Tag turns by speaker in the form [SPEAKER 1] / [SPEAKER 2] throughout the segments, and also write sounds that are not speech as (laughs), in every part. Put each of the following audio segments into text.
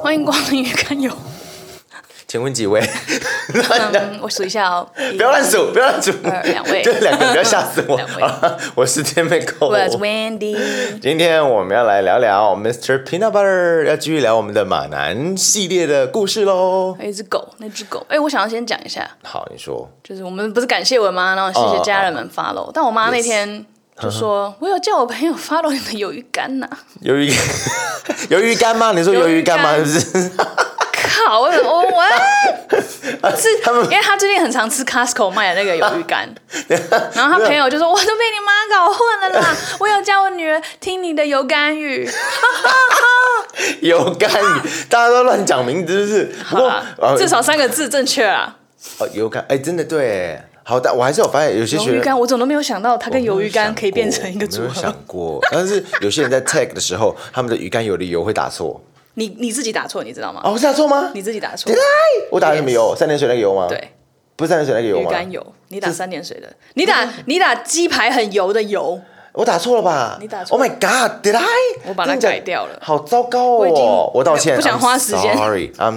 [SPEAKER 1] 欢迎光临鱼肝油。
[SPEAKER 2] 请问几位？ (laughs)
[SPEAKER 1] 嗯，我数一下哦。
[SPEAKER 2] 哎不要乱数，不要乱数。
[SPEAKER 1] 二两
[SPEAKER 2] (laughs)
[SPEAKER 1] 位
[SPEAKER 2] 对，两个，不要吓死
[SPEAKER 1] (laughs)
[SPEAKER 2] 我。
[SPEAKER 1] 两位
[SPEAKER 2] 好了， (laughs) 我是天妹狗。
[SPEAKER 1] 我是 Wendy。
[SPEAKER 2] 今天我们要来聊聊 Mr. Peanut Butter，要继续聊我们的马南系列的故事喽。
[SPEAKER 1] 还有一只狗，那只狗。哎，我想要先讲一下，
[SPEAKER 2] 好，你说，
[SPEAKER 1] 就是我们不是感谢我妈，然后谢谢家人们
[SPEAKER 2] Oh,
[SPEAKER 1] follow，、但我妈那天就说，
[SPEAKER 2] (laughs)
[SPEAKER 1] 我有叫我朋友 follow 你的鱿鱼干呐、
[SPEAKER 2] 鱿鱼，鱿鱼干 (laughs) 吗？你说鱿鱼干吗？ (laughs)
[SPEAKER 1] 鱿
[SPEAKER 2] 是
[SPEAKER 1] 鱼
[SPEAKER 2] 不是？
[SPEAKER 1] 靠，我我我
[SPEAKER 2] (laughs)
[SPEAKER 1] 是，
[SPEAKER 2] 他们
[SPEAKER 1] 因为他最近很常吃 Costco 卖的那个鱿鱼
[SPEAKER 2] (laughs)
[SPEAKER 1] 干，然后他朋友就说，我都被你妈搞混了啦，我有叫我女儿听你的油干语。
[SPEAKER 2] 有干鱼，大家都乱讲名字，是不是？不
[SPEAKER 1] 好啊
[SPEAKER 2] 过 (laughs)
[SPEAKER 1] 啦，
[SPEAKER 2] 呃
[SPEAKER 1] 至少三个字正确啊。
[SPEAKER 2] 哦，有干，哎，真的对。好，但我还是有发现有些
[SPEAKER 1] 鱿
[SPEAKER 2] 学
[SPEAKER 1] 鱼干，我怎么都没有想到它
[SPEAKER 2] 我
[SPEAKER 1] 跟
[SPEAKER 2] 没有
[SPEAKER 1] 鱿鱼干
[SPEAKER 2] 想
[SPEAKER 1] 可以变
[SPEAKER 2] 过
[SPEAKER 1] 成一个
[SPEAKER 2] 我
[SPEAKER 1] 组
[SPEAKER 2] 没有
[SPEAKER 1] 合。
[SPEAKER 2] 想过，但是有些人在 tag 的时候，他们的鱼肝油的油会打错。
[SPEAKER 1] (laughs) 你你自己打错，你知道吗？
[SPEAKER 2] 哦，我是打错吗？
[SPEAKER 1] 你自己打错
[SPEAKER 2] 对，，我打的什么油？三点水那个油吗？
[SPEAKER 1] 对，
[SPEAKER 2] 不是三点水那个油
[SPEAKER 1] 鱼
[SPEAKER 2] 吗？
[SPEAKER 1] 肝油，你打三点水的，你打你打鸡排很油的油，
[SPEAKER 2] 我打错了吧？
[SPEAKER 1] 你打错
[SPEAKER 2] Oh my god！Did I？
[SPEAKER 1] 我把它
[SPEAKER 2] 真的假
[SPEAKER 1] 改掉了
[SPEAKER 2] 好糟糕哦！
[SPEAKER 1] 我已经
[SPEAKER 2] 我道歉，
[SPEAKER 1] 不想花时间
[SPEAKER 2] I'm Sorry，I'm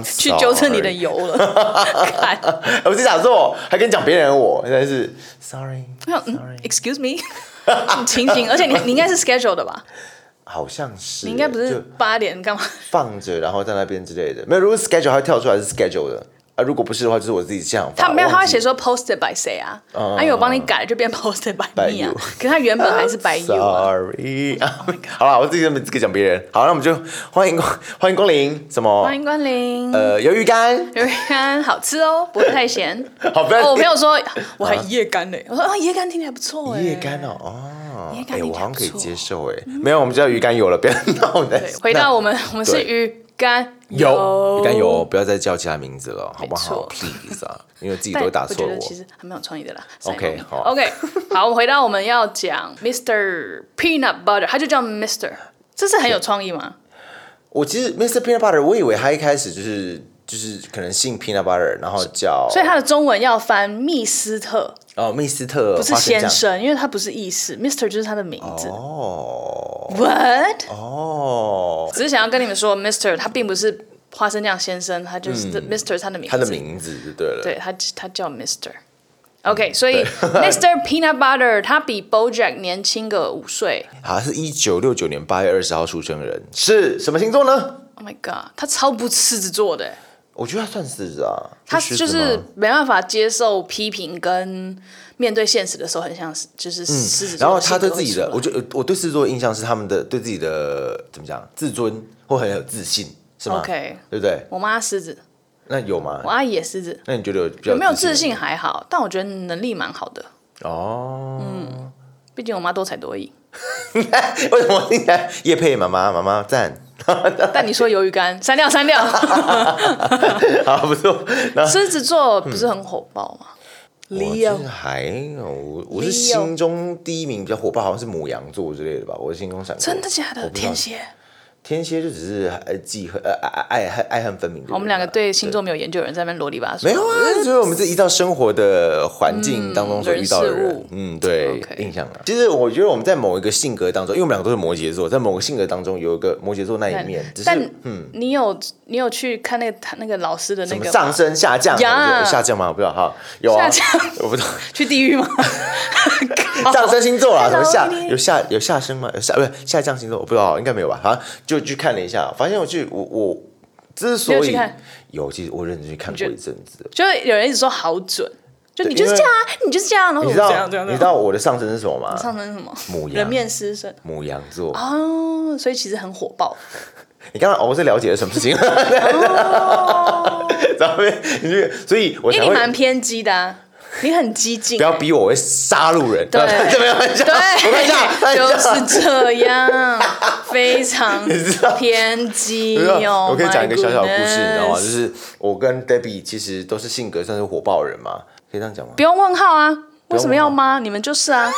[SPEAKER 1] (laughs)
[SPEAKER 2] 哎
[SPEAKER 1] 去纠正你的。油
[SPEAKER 2] (laughs)
[SPEAKER 1] 了。看
[SPEAKER 2] 我是打错，还跟你讲别人我，真的是 Sorry，
[SPEAKER 1] 我想嗯，Excuse me，情景，而且你你应该是 schedule 的吧？
[SPEAKER 2] 好像是。
[SPEAKER 1] 你应该不是
[SPEAKER 2] 就
[SPEAKER 1] 八点干嘛？
[SPEAKER 2] 放着，然后在那边之类的。没有，如果 schedule 它会跳出来是 schedule 的啊，如果不是的话，就是我自己这样发。
[SPEAKER 1] 他没有，
[SPEAKER 2] 我忘
[SPEAKER 1] 他会
[SPEAKER 2] 记
[SPEAKER 1] 写
[SPEAKER 2] 哦
[SPEAKER 1] 说 posted by 谁啊？啊，因为我帮你改就变 posted by
[SPEAKER 2] By
[SPEAKER 1] 你啊
[SPEAKER 2] you，
[SPEAKER 1] 可是他原本还是 by you 啊。
[SPEAKER 2] (laughs) Sorry，好，Oh 了，我自己这么自己讲别人。好，那我们就欢迎光欢迎光临，什么
[SPEAKER 1] 欢迎光临。
[SPEAKER 2] 呃鱿鱼干，
[SPEAKER 1] 鱿鱼干好吃哦，不会太咸。
[SPEAKER 2] (laughs) 好不要
[SPEAKER 1] 哦我朋友说我还一夜干呢，我说啊，一夜干听起来不错哎。
[SPEAKER 2] 夜干哦，哦
[SPEAKER 1] 夜，干
[SPEAKER 2] 哎、
[SPEAKER 1] 听
[SPEAKER 2] 我
[SPEAKER 1] 起
[SPEAKER 2] 好
[SPEAKER 1] 来
[SPEAKER 2] 像
[SPEAKER 1] 不
[SPEAKER 2] 可以
[SPEAKER 1] 错嗯
[SPEAKER 2] 接受哎，没有，我们叫鱼干油了，不要闹的
[SPEAKER 1] 对，。回
[SPEAKER 2] (laughs)
[SPEAKER 1] 到我们，我们是鱼干
[SPEAKER 2] 油鱼干油，不要再叫其他名字了，好不
[SPEAKER 1] 没
[SPEAKER 2] 好
[SPEAKER 1] 错
[SPEAKER 2] (laughs) ？Please 啊，因为自己
[SPEAKER 1] 但
[SPEAKER 2] 都打
[SPEAKER 1] 我
[SPEAKER 2] 错
[SPEAKER 1] 觉
[SPEAKER 2] 了
[SPEAKER 1] 得其
[SPEAKER 2] 我。
[SPEAKER 1] 实还蛮有创意的啦。
[SPEAKER 2] OK，
[SPEAKER 1] 塞
[SPEAKER 2] 好
[SPEAKER 1] OK，好，我们回到我们要讲 Mr. Peanut Butter，他就叫 Mr. 这是很有创意吗？
[SPEAKER 2] 我其实 Mr. Peanut Butter，我以为他一开始就是就是可能姓 Peanut Butter，然后叫
[SPEAKER 1] 所以他的中文要翻密斯特，
[SPEAKER 2] 哦密斯特
[SPEAKER 1] 不是
[SPEAKER 2] 花生
[SPEAKER 1] 先
[SPEAKER 2] 酱
[SPEAKER 1] 生，因为他不是意思，Mr. 就是他的名字。
[SPEAKER 2] 哦
[SPEAKER 1] What？
[SPEAKER 2] 哦，
[SPEAKER 1] 只是想要跟你们说，Mr. 他并不是花生酱先生，他就是 Mr. 他的名字。
[SPEAKER 2] 嗯他的名字就对了。
[SPEAKER 1] 对他，他叫 Mr.
[SPEAKER 2] 嗯
[SPEAKER 1] OK，所 (laughs) 以 Mr. Peanut Butter 他比 BoJack 年轻个五岁。
[SPEAKER 2] 好像是一九六九年八月二十号出生的人，是什么星座呢？
[SPEAKER 1] Oh my god，他超不狮子座的，
[SPEAKER 2] 我觉得他算狮子啊，
[SPEAKER 1] 他
[SPEAKER 2] 狮
[SPEAKER 1] 就
[SPEAKER 2] 子
[SPEAKER 1] 是
[SPEAKER 2] 吗
[SPEAKER 1] 没办法接受批评跟面对现实的时候，很像是就是狮子座的性格会出来、
[SPEAKER 2] 嗯然后他对自己的，我觉得呃我对狮子座的印象是他们的对自己的怎么讲，自尊或很有自信，是吗
[SPEAKER 1] OK
[SPEAKER 2] 对不对？
[SPEAKER 1] 我妈狮子，
[SPEAKER 2] 那有吗
[SPEAKER 1] 我？阿姨也狮子，
[SPEAKER 2] 那你觉得有比较
[SPEAKER 1] 有没有
[SPEAKER 2] 自
[SPEAKER 1] 自信还好，但我觉得能力蛮好的，
[SPEAKER 2] 哦？ (laughs)
[SPEAKER 1] 毕竟我妈多才多艺。
[SPEAKER 2] 为什么听起来叶佩妈妈妈妈赞？ (laughs)
[SPEAKER 1] 但你说鱿鱼干，删掉删掉。
[SPEAKER 2] 好不错，
[SPEAKER 1] (laughs)
[SPEAKER 2] 然后
[SPEAKER 1] 狮子座不是很火爆吗
[SPEAKER 2] 我
[SPEAKER 1] ？Leo
[SPEAKER 2] 真的还我我是
[SPEAKER 1] Leo
[SPEAKER 2] 心中第一名比较火爆，好像是母羊座之类的吧？我的星空闪过，
[SPEAKER 1] 真的假的？天蝎，
[SPEAKER 2] 天蝎就只是呃记恨呃爱爱爱爱恨分明的人啊。
[SPEAKER 1] 我们两个对星座没有研究，人在那边啰里吧嗦。
[SPEAKER 2] 没有啊，就是我们是依照生活的环境当中所遇到的
[SPEAKER 1] 嗯人事
[SPEAKER 2] 人
[SPEAKER 1] 物，
[SPEAKER 2] 嗯，对
[SPEAKER 1] OK
[SPEAKER 2] 印象啊。其实我觉得我们在某一个性格当中，因为我们两个都是摩羯座，在某个性格当中有一个摩羯座那一面，只
[SPEAKER 1] 但
[SPEAKER 2] 是嗯
[SPEAKER 1] 你有你有去看那个他那个老师的那
[SPEAKER 2] 什么
[SPEAKER 1] 个吗
[SPEAKER 2] 上升下降，
[SPEAKER 1] 呀
[SPEAKER 2] 有下降吗？我不知道哈，有啊
[SPEAKER 1] 下降，
[SPEAKER 2] (laughs) 我不
[SPEAKER 1] (laughs)
[SPEAKER 2] 知道。
[SPEAKER 1] 去地
[SPEAKER 2] (laughs)
[SPEAKER 1] 狱吗？
[SPEAKER 2] 上升星座啦，
[SPEAKER 1] (laughs)
[SPEAKER 2] 什么下
[SPEAKER 1] Hello，
[SPEAKER 2] 有下有下升吗？有下不是下降星座，我不知道，应该没有吧？好像就去看了一下，发现我去我我之所
[SPEAKER 1] 你有去
[SPEAKER 2] 以
[SPEAKER 1] 看
[SPEAKER 2] 有，其实我认真去看过一阵子，
[SPEAKER 1] 就是有人一直说好准，就你
[SPEAKER 2] 对
[SPEAKER 1] 就是这样啊，你就是这样，然后
[SPEAKER 2] 你
[SPEAKER 1] 我
[SPEAKER 2] 知
[SPEAKER 1] 这
[SPEAKER 2] 道
[SPEAKER 1] 样这样
[SPEAKER 2] 你
[SPEAKER 1] 这
[SPEAKER 2] 知
[SPEAKER 1] 样。
[SPEAKER 2] 道我的上升是什么吗？
[SPEAKER 1] 上升是什么？
[SPEAKER 2] 母羊
[SPEAKER 1] 人面狮身
[SPEAKER 2] 母羊座。
[SPEAKER 1] 哦，所以其实很火爆。
[SPEAKER 2] 你刚刚哦，是了解了什么事情？ (laughs) 然后你就所以我
[SPEAKER 1] 哦因
[SPEAKER 2] 才
[SPEAKER 1] 为
[SPEAKER 2] 会
[SPEAKER 1] 你蛮偏激的啊，你很激进。
[SPEAKER 2] 不要逼我，我会杀路人。 (laughs)
[SPEAKER 1] 对
[SPEAKER 2] 怎么样？
[SPEAKER 1] 对，
[SPEAKER 2] 我看一
[SPEAKER 1] (laughs)
[SPEAKER 2] 下，看一
[SPEAKER 1] 就
[SPEAKER 2] 下
[SPEAKER 1] 是这样，非
[SPEAKER 2] (laughs)
[SPEAKER 1] 常
[SPEAKER 2] 知道
[SPEAKER 1] 偏激
[SPEAKER 2] 对啊
[SPEAKER 1] 哦。
[SPEAKER 2] 我可以讲一个小小的故事，你知道吗？就
[SPEAKER 1] my goodness
[SPEAKER 2] 是我跟 Debbie 其实都是性格算是火爆人嘛，可以这样讲吗？
[SPEAKER 1] 不用问号啊，为什么要吗？你们就是
[SPEAKER 2] (laughs)
[SPEAKER 1] 啊，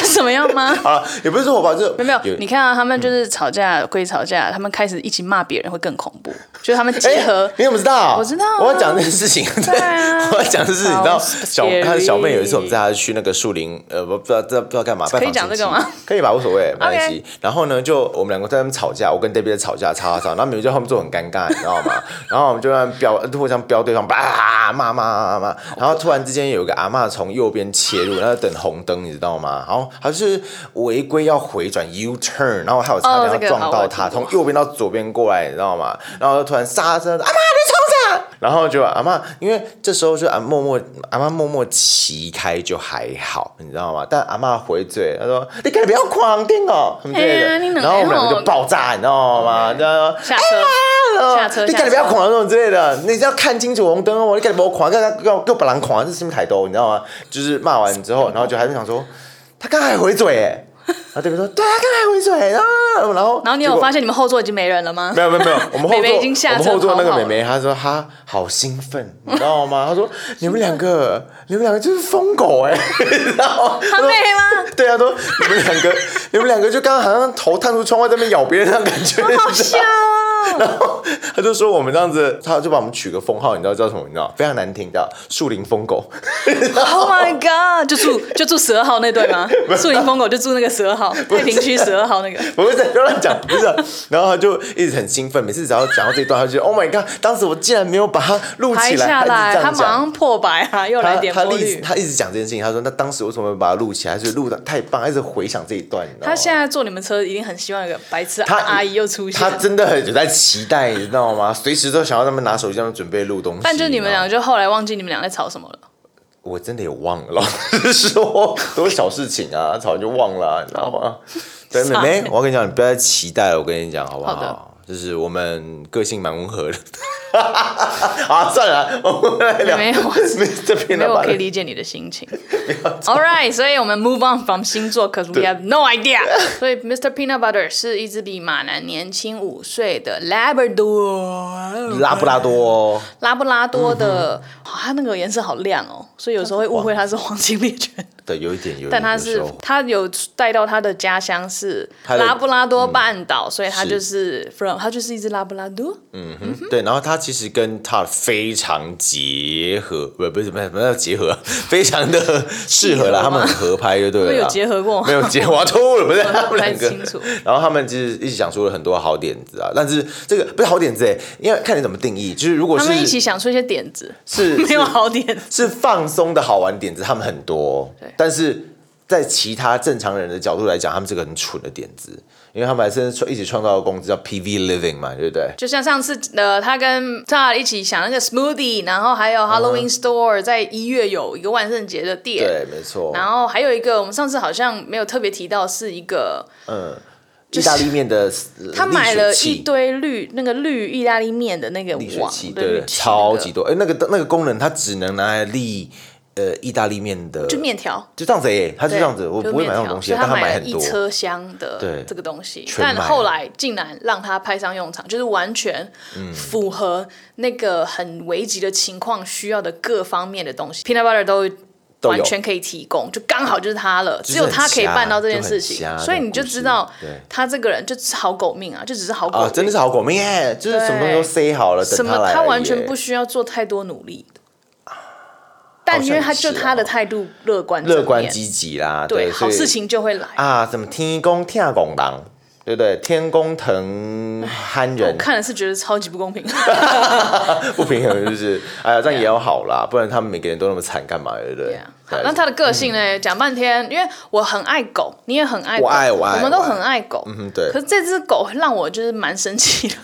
[SPEAKER 1] 为什么要吗？
[SPEAKER 2] 好了，也不是说我吧，就
[SPEAKER 1] 没有没有，你看啊，他们就是吵架归吵架，他们开始一起骂别人会更恐
[SPEAKER 2] (laughs)
[SPEAKER 1] 怖，就是他们结合
[SPEAKER 2] 哎。你怎么知道？
[SPEAKER 1] 我知道啊
[SPEAKER 2] 我要讲这件事情。对
[SPEAKER 1] 啊
[SPEAKER 2] 我要讲这事情。你知道，
[SPEAKER 1] How
[SPEAKER 2] 小
[SPEAKER 1] scary
[SPEAKER 2] 他的小妹有一次，我们带她去那个树林，呃，不不知道不知道不知道干嘛，拜
[SPEAKER 1] 以
[SPEAKER 2] 访
[SPEAKER 1] 讲
[SPEAKER 2] 亲
[SPEAKER 1] 这个
[SPEAKER 2] 戚
[SPEAKER 1] 吗？
[SPEAKER 2] 可以吧，无所谓，没关系。然后呢，就我们两个在那边吵架，我跟 David 在吵架，吵吵吵，然后
[SPEAKER 1] (laughs)
[SPEAKER 2] 明明就在后面坐很尴尬，你知道吗？然后我们就在那边飙，互相飙对方，叭骂骂骂骂骂。然后突然之间有一个阿嬷从右边切入，然后等红灯，你知道吗？然后她就是违规要回转 U turn，然后还有差
[SPEAKER 1] 哦
[SPEAKER 2] 点
[SPEAKER 1] 这
[SPEAKER 2] 要
[SPEAKER 1] 个
[SPEAKER 2] 撞
[SPEAKER 1] 好我
[SPEAKER 2] 到
[SPEAKER 1] 有
[SPEAKER 2] 她，
[SPEAKER 1] 听过
[SPEAKER 2] 从右边到左边过来，你知道吗？然后突然刹车，阿妈你冲啥？然后就阿妈，因为这时候就阿默默阿妈默默骑开就还好，你知道吗？但阿妈回嘴，她说你可以不要狂定哦，什么之类
[SPEAKER 1] 哎呀你哎
[SPEAKER 2] 的。
[SPEAKER 1] 两个
[SPEAKER 2] 然后我们两个就爆炸，你知道吗？然后
[SPEAKER 1] 下车下车
[SPEAKER 2] 你赶紧不
[SPEAKER 1] 下
[SPEAKER 2] 要
[SPEAKER 1] 车
[SPEAKER 2] 狂那种之类的，你只要看清楚红灯哦，你赶紧不要狂，跟跟跟别人狂，这是什么台都，你知道吗？就是骂完之后，然后就还是想说，他刚才回嘴哎，然后对面说对啊，刚才回嘴啊，然后
[SPEAKER 1] 然后你
[SPEAKER 2] 结
[SPEAKER 1] 有
[SPEAKER 2] 果
[SPEAKER 1] 发现你们后座已经没人了吗
[SPEAKER 2] (laughs) 没？有没有没有，我们后
[SPEAKER 1] 妹
[SPEAKER 2] 座
[SPEAKER 1] 妹已经下
[SPEAKER 2] 我
[SPEAKER 1] 车
[SPEAKER 2] 们后座那个
[SPEAKER 1] 跑
[SPEAKER 2] 妹
[SPEAKER 1] 跑
[SPEAKER 2] 妹，她说她好兴奋，你知道吗？她说你们两个，你们两个就是疯狗哎、 (laughs) 欸，你知道吗？
[SPEAKER 1] 她妹吗？
[SPEAKER 2] 对啊，她说你们两个，你们两个就刚刚好像头探出窗外在那边咬别人那种感觉，
[SPEAKER 1] 好
[SPEAKER 2] 你知
[SPEAKER 1] 笑
[SPEAKER 2] 道 (laughs)
[SPEAKER 1] 啊！
[SPEAKER 2] 然后他就说我们这样子，他就把我们取个封号，你知道叫什么？你知道非常难听，叫树林疯狗。 (laughs)
[SPEAKER 1] Oh my god！就住就住十二号那对吗？树林疯狗就住那个十二号，太平区十二号那个。
[SPEAKER 2] 不是不要乱讲，不是啊、然后他就一直很兴奋，每次只要讲到这一段，他就觉得 Oh my God！当时我竟然没有把它录
[SPEAKER 1] 拍
[SPEAKER 2] 起来，
[SPEAKER 1] 下
[SPEAKER 2] 他一
[SPEAKER 1] 来，
[SPEAKER 2] 直这
[SPEAKER 1] 他
[SPEAKER 2] 样
[SPEAKER 1] 马
[SPEAKER 2] 讲。
[SPEAKER 1] 上破百啊，又来
[SPEAKER 2] 他
[SPEAKER 1] 点
[SPEAKER 2] 他
[SPEAKER 1] 播
[SPEAKER 2] 一直
[SPEAKER 1] 率。
[SPEAKER 2] 他一直讲这件事情，他说那当时为什么没有把它录起来？就是录的太棒，他一直回想这一段，你知道吗？
[SPEAKER 1] 他现在坐你们车，一定很希望有个白痴
[SPEAKER 2] 他
[SPEAKER 1] 阿姨又出现
[SPEAKER 2] 他。真的很有在期待，你知道吗？ (laughs) 随时都想要他们拿手机上面准备录东西。
[SPEAKER 1] 但就你们
[SPEAKER 2] 知道
[SPEAKER 1] 俩，
[SPEAKER 2] 吗，
[SPEAKER 1] 就后来忘记你们俩在吵什么了。
[SPEAKER 2] 我真的也忘了，老实说都是小事情啊，吵完就忘了啊、你知道吗？对，
[SPEAKER 1] 傻
[SPEAKER 2] 妹妹，我要跟你讲，你不要再期待了，我跟你讲，好不好？
[SPEAKER 1] 好的
[SPEAKER 2] 就是我们个性蛮温和的， (laughs) 啊，算了，我们来聊
[SPEAKER 1] 没有我
[SPEAKER 2] 这边
[SPEAKER 1] 没
[SPEAKER 2] 的
[SPEAKER 1] 有，我
[SPEAKER 2] 吧
[SPEAKER 1] 可。以理解你的心
[SPEAKER 2] (laughs)
[SPEAKER 1] 情。All right，所以我们 move on from 星座，cause we have no idea。所 (laughs) 以 Mr. Peanut Butter 是一只比马男年轻五岁的 Labrador，
[SPEAKER 2] 拉布拉多，哦
[SPEAKER 1] 拉布拉多的，哇它那个颜色好亮哦，所以有时候会误会它是黄金猎犬。
[SPEAKER 2] 对，有一点有一点，
[SPEAKER 1] 但他
[SPEAKER 2] 有
[SPEAKER 1] 是
[SPEAKER 2] 时候
[SPEAKER 1] 他有带到他的家乡是
[SPEAKER 2] 他的嗯
[SPEAKER 1] 拉布拉多半岛，所以他
[SPEAKER 2] 是
[SPEAKER 1] 就是 from 他就是一只拉布拉多。
[SPEAKER 2] 嗯哼，对，然后它其实跟 Todd 非常结合，不不是不是不是结合，啊 (laughs) 非常的适合啦，
[SPEAKER 1] 吗
[SPEAKER 2] 他们很合拍就对了
[SPEAKER 1] 们
[SPEAKER 2] 啦。
[SPEAKER 1] 有结合过吗
[SPEAKER 2] 没有结合，我要吐了，不是他
[SPEAKER 1] 不
[SPEAKER 2] 们
[SPEAKER 1] 太
[SPEAKER 2] 两个
[SPEAKER 1] 清楚。
[SPEAKER 2] 然后他们其实一起想出了很多好点子啊，但是这个不是好点子哎，因为看你怎么定义，就是如果
[SPEAKER 1] 他
[SPEAKER 2] 是
[SPEAKER 1] 们一起想出一些点子，
[SPEAKER 2] 是
[SPEAKER 1] (laughs) 没有啊
[SPEAKER 2] 是
[SPEAKER 1] 好点子。
[SPEAKER 2] 是放松的好玩点子，他们很多
[SPEAKER 1] 对，
[SPEAKER 2] 但是在其他正常人的角度来讲，他们是个很蠢的点子，因为他们还甚至创一起创造的公司叫 PV Living 嘛，对不对？
[SPEAKER 1] 就像上次，呃，他跟 Todd 一起想那个 smoothie，然后还
[SPEAKER 2] 嗯
[SPEAKER 1] 有 Halloween store，、在一月有一个万圣节的店，
[SPEAKER 2] 对，没错。
[SPEAKER 1] 然后还有一个我们上次好像没有特别提到，是一个
[SPEAKER 2] 意大利面的
[SPEAKER 1] 他买
[SPEAKER 2] 沥
[SPEAKER 1] 了
[SPEAKER 2] 水器
[SPEAKER 1] 一堆绿那个绿意大利面的那个
[SPEAKER 2] 沥水
[SPEAKER 1] 网，
[SPEAKER 2] 器，
[SPEAKER 1] 滤
[SPEAKER 2] 对，
[SPEAKER 1] 器
[SPEAKER 2] 超
[SPEAKER 1] 那个
[SPEAKER 2] 级多。哎，那个那个功能它只能拿来沥呃意大利面的，
[SPEAKER 1] 就面条。
[SPEAKER 2] 就这样子哎，它就
[SPEAKER 1] 对
[SPEAKER 2] 这样子，我
[SPEAKER 1] 就
[SPEAKER 2] 不会买那
[SPEAKER 1] 面条
[SPEAKER 2] 种东西，
[SPEAKER 1] 所
[SPEAKER 2] 啊
[SPEAKER 1] 以
[SPEAKER 2] 但
[SPEAKER 1] 他
[SPEAKER 2] 它
[SPEAKER 1] 买了
[SPEAKER 2] 买很
[SPEAKER 1] 一
[SPEAKER 2] 多。
[SPEAKER 1] 车厢的
[SPEAKER 2] 对
[SPEAKER 1] 这个东西，
[SPEAKER 2] 全
[SPEAKER 1] 但
[SPEAKER 2] 买了
[SPEAKER 1] 后来竟然让他派上用场，就是完全
[SPEAKER 2] 嗯
[SPEAKER 1] 符合那个很危急的情况需要的各方面的东西，peanut butter 都
[SPEAKER 2] 都有
[SPEAKER 1] 完全可以提供，就刚好就是他了，只
[SPEAKER 2] 是
[SPEAKER 1] 有
[SPEAKER 2] 很
[SPEAKER 1] 他可以
[SPEAKER 2] 瞎
[SPEAKER 1] 办到这件
[SPEAKER 2] 就
[SPEAKER 1] 事
[SPEAKER 2] 很
[SPEAKER 1] 情
[SPEAKER 2] 瞎，
[SPEAKER 1] 所以
[SPEAKER 2] 的
[SPEAKER 1] 你就
[SPEAKER 2] 故
[SPEAKER 1] 知
[SPEAKER 2] 事
[SPEAKER 1] 道
[SPEAKER 2] 对
[SPEAKER 1] 他这个人就是好狗命啊，就只是好狗
[SPEAKER 2] 啊，
[SPEAKER 1] 命，
[SPEAKER 2] 真的是好狗命哎！就是什么东西
[SPEAKER 1] 对
[SPEAKER 2] 都塞好了，
[SPEAKER 1] 什
[SPEAKER 2] 等
[SPEAKER 1] 么
[SPEAKER 2] 来而已耶。
[SPEAKER 1] 他完全不需要做太多努力。但因为他
[SPEAKER 2] 好像
[SPEAKER 1] 就
[SPEAKER 2] 也是
[SPEAKER 1] 他的
[SPEAKER 2] 哦
[SPEAKER 1] 态度乐观正面，
[SPEAKER 2] 乐观积极啦，
[SPEAKER 1] 对，
[SPEAKER 2] 所
[SPEAKER 1] 好
[SPEAKER 2] 以
[SPEAKER 1] 事情就会来。
[SPEAKER 2] 啊，什么天公天公狼，对不对？天公疼憨
[SPEAKER 1] 我
[SPEAKER 2] 人，
[SPEAKER 1] 哎看了是觉得超级不公平。
[SPEAKER 2] (laughs) 不平衡就是，哎呀，
[SPEAKER 1] 啊
[SPEAKER 2] 这样也要好啦，不然他们每个人都那么惨干嘛？对不对啊
[SPEAKER 1] Yeah，？好 (laughs)
[SPEAKER 2] 对，
[SPEAKER 1] 啊那他的个性呢？讲半天，因为我很爱狗，你也很爱狗，
[SPEAKER 2] 我爱我爱
[SPEAKER 1] 们都很爱狗。
[SPEAKER 2] 嗯对
[SPEAKER 1] 可是这只狗让我就是蛮生气的。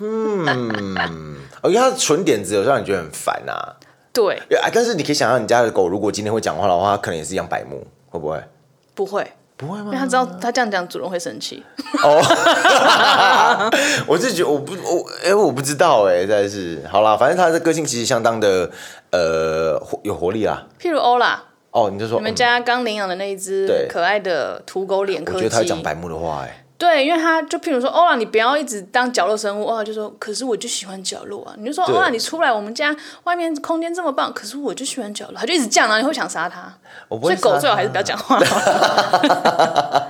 [SPEAKER 2] 哦，因为它的纯点子有让你觉得很烦呐、啊。
[SPEAKER 1] 对，
[SPEAKER 2] 因为啊但是你可以想象，你家的狗如果今天会讲话的话，它可能也是一样白目，会不会？
[SPEAKER 1] 不会，
[SPEAKER 2] 不会
[SPEAKER 1] 因为
[SPEAKER 2] 吗？
[SPEAKER 1] 他知道他这样讲主人会生气。
[SPEAKER 2] (laughs) 我是觉得我不我哎、我不知道哎、但是好啦，反正它的个性其实相当的呃活有活力啦。
[SPEAKER 1] 譬如欧拉，
[SPEAKER 2] 哦，你就说
[SPEAKER 1] 我们
[SPEAKER 2] 嗯
[SPEAKER 1] 家刚领养的那一只
[SPEAKER 2] 对
[SPEAKER 1] 可爱的土狗脸
[SPEAKER 2] 嗯我
[SPEAKER 1] 科
[SPEAKER 2] 觉得它会
[SPEAKER 1] 基，
[SPEAKER 2] 讲白目的话哎、
[SPEAKER 1] 对，因为他就譬如说，欧拉，你不要一直当角落生物。欧拉就说，可是我就喜欢角落啊。你就说，
[SPEAKER 2] 对
[SPEAKER 1] 欧拉，你出来，我们家外面空间这么棒，可是我就喜欢角落。他就一直这样，然后你会想杀他。
[SPEAKER 2] 我
[SPEAKER 1] 所
[SPEAKER 2] 不会啊
[SPEAKER 1] 以狗
[SPEAKER 2] 杀
[SPEAKER 1] 最好还是
[SPEAKER 2] 它
[SPEAKER 1] 不要讲 (laughs) 话好了。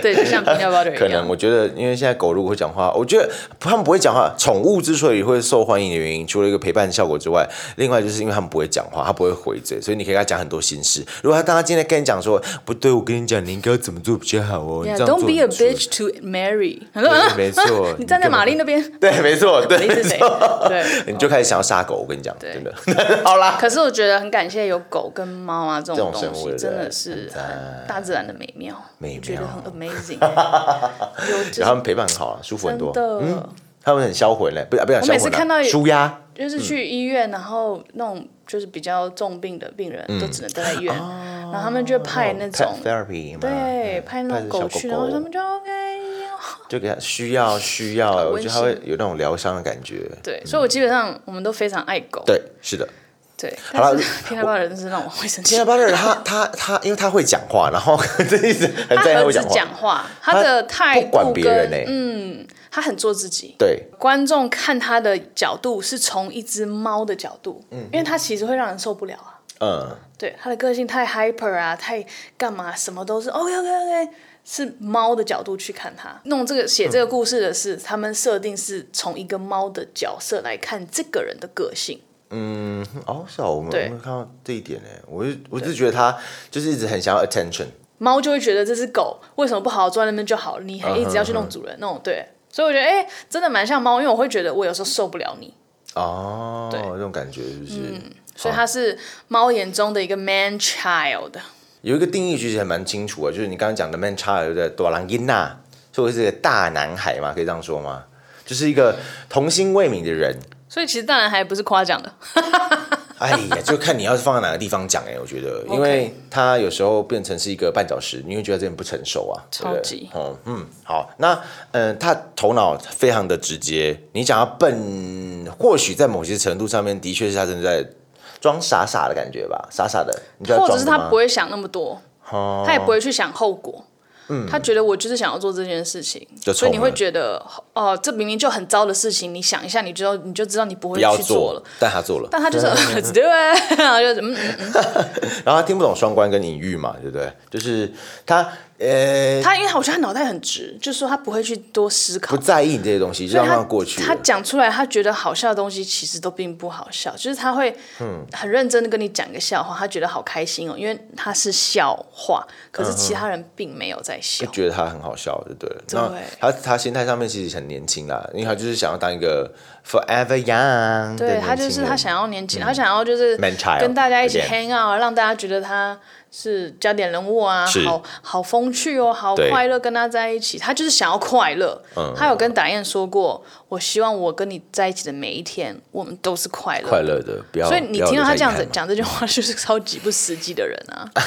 [SPEAKER 1] 对，就像 peanut butter
[SPEAKER 2] 可
[SPEAKER 1] 一
[SPEAKER 2] 能
[SPEAKER 1] 样。
[SPEAKER 2] 我觉得，因为现在狗如果会讲话，我觉得它们不会讲话。宠物之所以会受欢迎的原因，除了一个陪伴效果之外，另外就是因为它们不会讲话，它不会回嘴，所以你可以跟它讲很多心事。如果它当它今天跟你讲说，不对，我跟你讲，你应该要怎么做比较好哦，你
[SPEAKER 1] Yeah,
[SPEAKER 2] 这样做
[SPEAKER 1] don't
[SPEAKER 2] 很
[SPEAKER 1] be a
[SPEAKER 2] 错
[SPEAKER 1] bitch to marry。
[SPEAKER 2] 对没错
[SPEAKER 1] 啊，你站在玛丽那边，
[SPEAKER 2] 对，没错，对，
[SPEAKER 1] 你
[SPEAKER 2] 没
[SPEAKER 1] 是谁？
[SPEAKER 2] 错，
[SPEAKER 1] 对。
[SPEAKER 2] 你就开始想要杀狗。我跟你讲，
[SPEAKER 1] (laughs) 对
[SPEAKER 2] 真的，好啦，
[SPEAKER 1] 可是我觉得很感谢有狗跟猫啊这种
[SPEAKER 2] 这种
[SPEAKER 1] 东
[SPEAKER 2] 生物
[SPEAKER 1] 西，
[SPEAKER 2] 对不对
[SPEAKER 1] 真的是很大自然的美妙，
[SPEAKER 2] 美妙
[SPEAKER 1] 我觉得
[SPEAKER 2] (laughs)
[SPEAKER 1] 很 amazing 欸。有就
[SPEAKER 2] 然后它
[SPEAKER 1] 是
[SPEAKER 2] 们陪伴很好啊，舒服很
[SPEAKER 1] 真
[SPEAKER 2] 多，
[SPEAKER 1] 的，
[SPEAKER 2] 它们很销魂嘞，不，不想
[SPEAKER 1] 我
[SPEAKER 2] 销
[SPEAKER 1] 每
[SPEAKER 2] 魂
[SPEAKER 1] 次看到
[SPEAKER 2] 啊，舒压。
[SPEAKER 1] 就是去医院，然后那种就是比较重病的病人
[SPEAKER 2] 嗯
[SPEAKER 1] 都只能待在医院，
[SPEAKER 2] 哦
[SPEAKER 1] 然后他们就派那
[SPEAKER 2] pet
[SPEAKER 1] 种
[SPEAKER 2] therapy
[SPEAKER 1] 啊
[SPEAKER 2] 嘛
[SPEAKER 1] 对派那种
[SPEAKER 2] 派
[SPEAKER 1] 狗
[SPEAKER 2] 着小
[SPEAKER 1] 去，
[SPEAKER 2] 狗
[SPEAKER 1] 然后
[SPEAKER 2] 狗
[SPEAKER 1] 他们就 OK 哦。
[SPEAKER 2] 就给它需要需要，我
[SPEAKER 1] 温
[SPEAKER 2] 觉
[SPEAKER 1] 馨
[SPEAKER 2] 得它会有那种疗伤的感觉。
[SPEAKER 1] 对，所以我基本上我们都非常爱狗。
[SPEAKER 2] 对，是的。
[SPEAKER 1] 对，
[SPEAKER 2] 好
[SPEAKER 1] 但
[SPEAKER 2] 了
[SPEAKER 1] 是 (laughs) 偏爱猫人是让我会生气
[SPEAKER 2] 现在。巴
[SPEAKER 1] (laughs)
[SPEAKER 2] 勒他他他，因为他会讲话，然后 (laughs) 这一直很
[SPEAKER 1] 他
[SPEAKER 2] 在意他
[SPEAKER 1] 儿
[SPEAKER 2] 会
[SPEAKER 1] 子
[SPEAKER 2] 讲
[SPEAKER 1] 讲
[SPEAKER 2] 话，
[SPEAKER 1] 话，他的态
[SPEAKER 2] 不管
[SPEAKER 1] 度
[SPEAKER 2] 别人呢
[SPEAKER 1] 跟、嗯，他很做自己。
[SPEAKER 2] 对，
[SPEAKER 1] 观众看他的角度是从一只猫的角度，因为他其实会让人受不了啊。
[SPEAKER 2] 嗯，
[SPEAKER 1] 对，他的个性太 hyper 啊，太干嘛，什么都是 OK OK OK，是猫的角度去看他。弄这个写这个故事的是，他们设定是从一个猫的角色来看这个人的个性。
[SPEAKER 2] 哦，是啊，我们我
[SPEAKER 1] 对
[SPEAKER 2] 们看到这一点呢，我就我就觉得他就是一直很想要 attention，
[SPEAKER 1] 猫就会觉得这只狗为什么不好好坐在那边就好了，你
[SPEAKER 2] 嗯
[SPEAKER 1] 还一直要去弄主人、那种对，所以我觉得哎、真的蛮像猫，因为我会觉得我有时候受不了你，
[SPEAKER 2] 哦，
[SPEAKER 1] 对嗯
[SPEAKER 2] 那种感觉是不哦是？
[SPEAKER 1] 所以它是猫眼中的一个 man child。
[SPEAKER 2] 有一个定义其实还蛮清楚的，就是你刚刚讲的 man child 的多朗因娜，所以是个大男孩嘛，可以这样说吗？就是一个童心未泯的人。
[SPEAKER 1] 所以其实当然还不是夸奖的，
[SPEAKER 2] 哎呀，就看你要是放在哪个地方讲哎、我觉得，因为他有时候变成是一个绊脚石，你会觉得这人不成熟啊，对不对
[SPEAKER 1] 超级
[SPEAKER 2] 哦，嗯，好，那嗯、呃他头脑非常的直接，你讲他笨，或许在某些程度上面的确是他正在装傻傻的感觉吧，傻傻的，你觉得
[SPEAKER 1] 或者是他
[SPEAKER 2] 装的吗
[SPEAKER 1] 不会想那么多，
[SPEAKER 2] 哦嗯
[SPEAKER 1] 他也不会去想后果。他觉得我就是想要做这件事情，
[SPEAKER 2] 就
[SPEAKER 1] 所以你
[SPEAKER 2] 冲了
[SPEAKER 1] 会觉得哦、这明明就很糟的事情，你想一下，你知道你就知道你不会
[SPEAKER 2] 不要
[SPEAKER 1] 去做了。，
[SPEAKER 2] 但他做了，
[SPEAKER 1] 但他
[SPEAKER 2] (laughs)
[SPEAKER 1] 就是 Let's do it，然后就是嗯嗯，
[SPEAKER 2] 然后他听不懂双关跟隐喻嘛，对不对？就是他呃
[SPEAKER 1] 他因为我觉得他脑袋很直，就是说他不会去多思考
[SPEAKER 2] 不，在意你这些东西，就
[SPEAKER 1] 所
[SPEAKER 2] 让
[SPEAKER 1] 以他
[SPEAKER 2] 过去了
[SPEAKER 1] 他讲出来，他觉得好笑的东西其实都并不好笑，就是他会
[SPEAKER 2] 嗯
[SPEAKER 1] 很认真的跟你讲个笑话，他觉得好开心哦，因为他是笑话，可
[SPEAKER 2] 嗯
[SPEAKER 1] 是其他人并没有在笑
[SPEAKER 2] 就。觉得他很好笑，就对了。那
[SPEAKER 1] 对
[SPEAKER 2] 他他心态上面其实很年轻啦，因为他就是想要当一个 forever young 的
[SPEAKER 1] 对
[SPEAKER 2] 年轻人。嗯
[SPEAKER 1] 他就是他想要年轻，他想要就是
[SPEAKER 2] Man child
[SPEAKER 1] 跟大家一起 hang
[SPEAKER 2] again
[SPEAKER 1] out，啊让大家觉得他是焦点人物啊
[SPEAKER 2] 是，
[SPEAKER 1] 好好风趣哦，好
[SPEAKER 2] 对嗯
[SPEAKER 1] 快乐跟他在一起，他就是想要快乐。他有跟达燕说过，我希望我跟你在一起的每一天，我们都是快乐
[SPEAKER 2] 快乐哦的，不要。
[SPEAKER 1] 所以你
[SPEAKER 2] 不要
[SPEAKER 1] 听到他
[SPEAKER 2] 留
[SPEAKER 1] 这
[SPEAKER 2] 下
[SPEAKER 1] 样
[SPEAKER 2] 遗
[SPEAKER 1] 子
[SPEAKER 2] 憾嘛，
[SPEAKER 1] 讲这句话，就是超级不实际的人啊！
[SPEAKER 2] (laughs)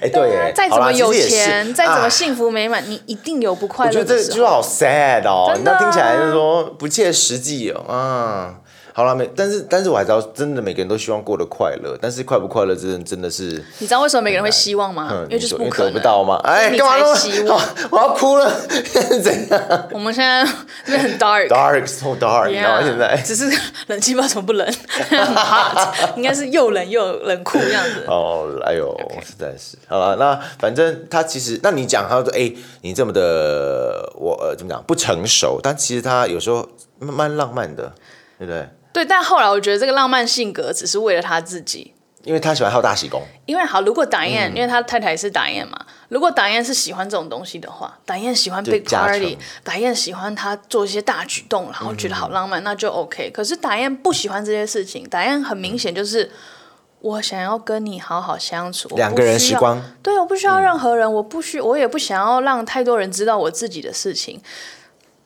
[SPEAKER 2] 哎，对耶，
[SPEAKER 1] 再怎
[SPEAKER 2] 好啦
[SPEAKER 1] 么有
[SPEAKER 2] 其实也是
[SPEAKER 1] 钱，再怎么
[SPEAKER 2] 啊
[SPEAKER 1] 幸福美满，你一定有不快
[SPEAKER 2] 我觉
[SPEAKER 1] 乐
[SPEAKER 2] 得这
[SPEAKER 1] 的
[SPEAKER 2] 个
[SPEAKER 1] 时
[SPEAKER 2] 就
[SPEAKER 1] 候。
[SPEAKER 2] 好 sad 哦，
[SPEAKER 1] 真的啊
[SPEAKER 2] 那听起来就是说不切实际哦，啊。好了，每但是但是我还知道，真的每个人都希望过得快乐，但是快不快乐真的真的是，
[SPEAKER 1] 你知道为什么每个人会希望吗
[SPEAKER 2] 嗯，？
[SPEAKER 1] 啊因为就是
[SPEAKER 2] 你
[SPEAKER 1] 不
[SPEAKER 2] 说
[SPEAKER 1] 可
[SPEAKER 2] 得不
[SPEAKER 1] 能。
[SPEAKER 2] 到吗？哎，
[SPEAKER 1] 你
[SPEAKER 2] 干嘛
[SPEAKER 1] 才
[SPEAKER 2] 那么
[SPEAKER 1] 希
[SPEAKER 2] (laughs)
[SPEAKER 1] 望
[SPEAKER 2] 好我要哭了，现在是怎样
[SPEAKER 1] 我们现在 (laughs) 这边很 dark，
[SPEAKER 2] ？Dark so dark，你知道吗？
[SPEAKER 1] Yeah，
[SPEAKER 2] 现在
[SPEAKER 1] 只是 (laughs) 冷气不知道怎么不冷， (laughs) 很 hot，应该是又冷又冷酷这样子。
[SPEAKER 2] (laughs) 哦，哎呦实在是好了。那反正他其实，那你讲他说，哎、你这么的，我呃怎么讲不成熟，但其实他有时候蛮蛮浪漫的，对不对？
[SPEAKER 1] 对，但后来我觉得这个浪漫性格只是为了他自己。
[SPEAKER 2] 因为他喜欢好大喜功，
[SPEAKER 1] 因为好，如果打
[SPEAKER 2] 嗯
[SPEAKER 1] 燕、因为他太太是打燕嘛，如果打燕是喜欢这种东西的话，打燕喜欢
[SPEAKER 2] 就
[SPEAKER 1] big
[SPEAKER 2] 加成
[SPEAKER 1] party，打燕喜欢他做一些大举动，然后觉得好
[SPEAKER 2] 嗯
[SPEAKER 1] 浪漫，那就 OK。可是打燕不喜欢这些事情，打燕很明显就是、我想要跟你好好相处，我不
[SPEAKER 2] 两个人
[SPEAKER 1] 需
[SPEAKER 2] 时
[SPEAKER 1] 要
[SPEAKER 2] 光，嗯
[SPEAKER 1] 对，我不需要任何人，我不需，我也不想要让太多人知道我自己的事情。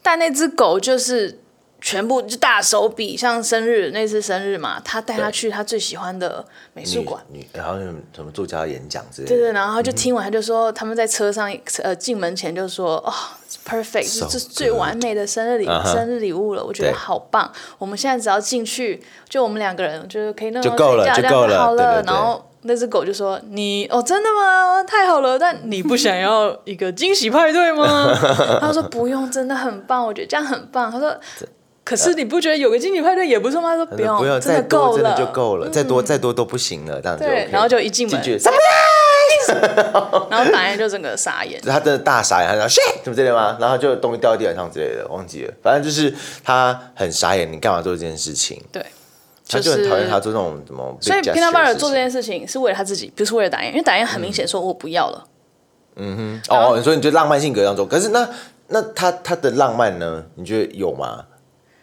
[SPEAKER 1] 但那只狗就是全部就大手笔，像生日那次生日嘛，他带他
[SPEAKER 2] 对
[SPEAKER 1] 去他最喜欢的美术
[SPEAKER 2] 女
[SPEAKER 1] 馆。
[SPEAKER 2] 女然后什么作家演讲之类
[SPEAKER 1] 对
[SPEAKER 2] 的，
[SPEAKER 1] 对，然后他就听完，他就说他们在车上，呃，进门前就说，哦，it's，perfect，
[SPEAKER 2] So
[SPEAKER 1] 这是最完美的生日礼
[SPEAKER 2] good Uh-huh
[SPEAKER 1] 生日礼物了，我觉得
[SPEAKER 2] 对
[SPEAKER 1] 好棒。我们现在只要进去，就我们两个人，就是可以那
[SPEAKER 2] 就
[SPEAKER 1] 种
[SPEAKER 2] 够了
[SPEAKER 1] 睡觉
[SPEAKER 2] 就
[SPEAKER 1] 这样
[SPEAKER 2] 够
[SPEAKER 1] 就
[SPEAKER 2] 了
[SPEAKER 1] 好
[SPEAKER 2] 对对
[SPEAKER 1] 了。
[SPEAKER 2] 对
[SPEAKER 1] 然后那只狗就说：“你哦，真的吗？太好了！但你不想要一个惊喜派对吗？”
[SPEAKER 2] (laughs)
[SPEAKER 1] 他说：“不用，真的很棒，我觉得这样很棒。”他说：“可是你不觉得有个惊喜派对也不错吗？”他说：“
[SPEAKER 2] 呃不
[SPEAKER 1] 用，真
[SPEAKER 2] 再
[SPEAKER 1] 的
[SPEAKER 2] 多
[SPEAKER 1] 够
[SPEAKER 2] 真
[SPEAKER 1] 了，嗯
[SPEAKER 2] 的就够了，再多再多都不行了，这样子。
[SPEAKER 1] 对，然后就一进门
[SPEAKER 2] 进，去，什么？
[SPEAKER 1] (laughs) 然后白人就整个傻 (laughs) 眼。
[SPEAKER 2] 他真的大傻眼，他说 shit 怎么之类的吗？然后就东西掉地板上之类的，忘记了。反正就是他很傻眼，你干嘛做这件事情？
[SPEAKER 1] 对，
[SPEAKER 2] 他
[SPEAKER 1] 就
[SPEAKER 2] 就很
[SPEAKER 1] 是
[SPEAKER 2] 讨厌他做这种什么。
[SPEAKER 1] 所以 Peter Butter 做这件事情是嗯为了他自己，不是为了打燕，因为打燕很明显说我不要了。
[SPEAKER 2] 哦，你说你觉得浪漫性格当中，可是那那他他的浪漫呢？你觉得有吗？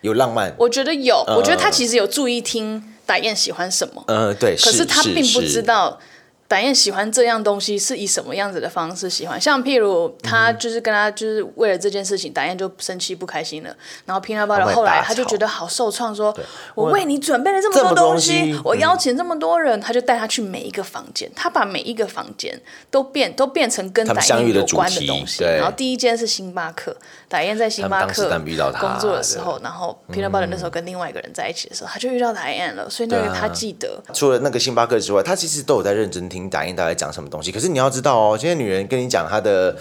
[SPEAKER 2] 有浪漫？
[SPEAKER 1] 我觉得有，
[SPEAKER 2] 嗯
[SPEAKER 1] 我觉得他其实有注意听打燕喜欢什么，
[SPEAKER 2] 嗯、对，
[SPEAKER 1] 可呃是他并不
[SPEAKER 2] 是
[SPEAKER 1] 知道打燕喜欢这样东西是以什么样子的方式喜欢。像譬如
[SPEAKER 2] 嗯
[SPEAKER 1] 他就是跟他就是为了这件事情，打燕就生气不开心了，然后 Peter
[SPEAKER 2] 他们
[SPEAKER 1] Butter
[SPEAKER 2] 大
[SPEAKER 1] 后来他就
[SPEAKER 2] 吵
[SPEAKER 1] 觉得好受创，说我
[SPEAKER 2] 我
[SPEAKER 1] 为你准备了这
[SPEAKER 2] 这
[SPEAKER 1] 么
[SPEAKER 2] 么
[SPEAKER 1] 多东
[SPEAKER 2] 东
[SPEAKER 1] 西
[SPEAKER 2] 西，嗯
[SPEAKER 1] 我邀请这么多人，他就带他去每一个房间，他把每一个房间都变都变成跟
[SPEAKER 2] 他
[SPEAKER 1] 打
[SPEAKER 2] 们相
[SPEAKER 1] 燕
[SPEAKER 2] 遇的
[SPEAKER 1] 有
[SPEAKER 2] 主
[SPEAKER 1] 关的
[SPEAKER 2] 题
[SPEAKER 1] 东西。
[SPEAKER 2] 对
[SPEAKER 1] 然后第一间是星巴克，打燕在星
[SPEAKER 2] 他们
[SPEAKER 1] 巴
[SPEAKER 2] 当时
[SPEAKER 1] 克
[SPEAKER 2] 但遇到他嗯
[SPEAKER 1] 工作的时候，然后 Peter Butter 那时候跟另外一个人在一起的时候，他就遇到打燕了，所以那个
[SPEAKER 2] 对啊
[SPEAKER 1] 他记得。
[SPEAKER 2] 除了那个星巴克之外，他其实都有在认真听打印大概讲什么东西。可是你要知道哦，现在女人跟你讲她的。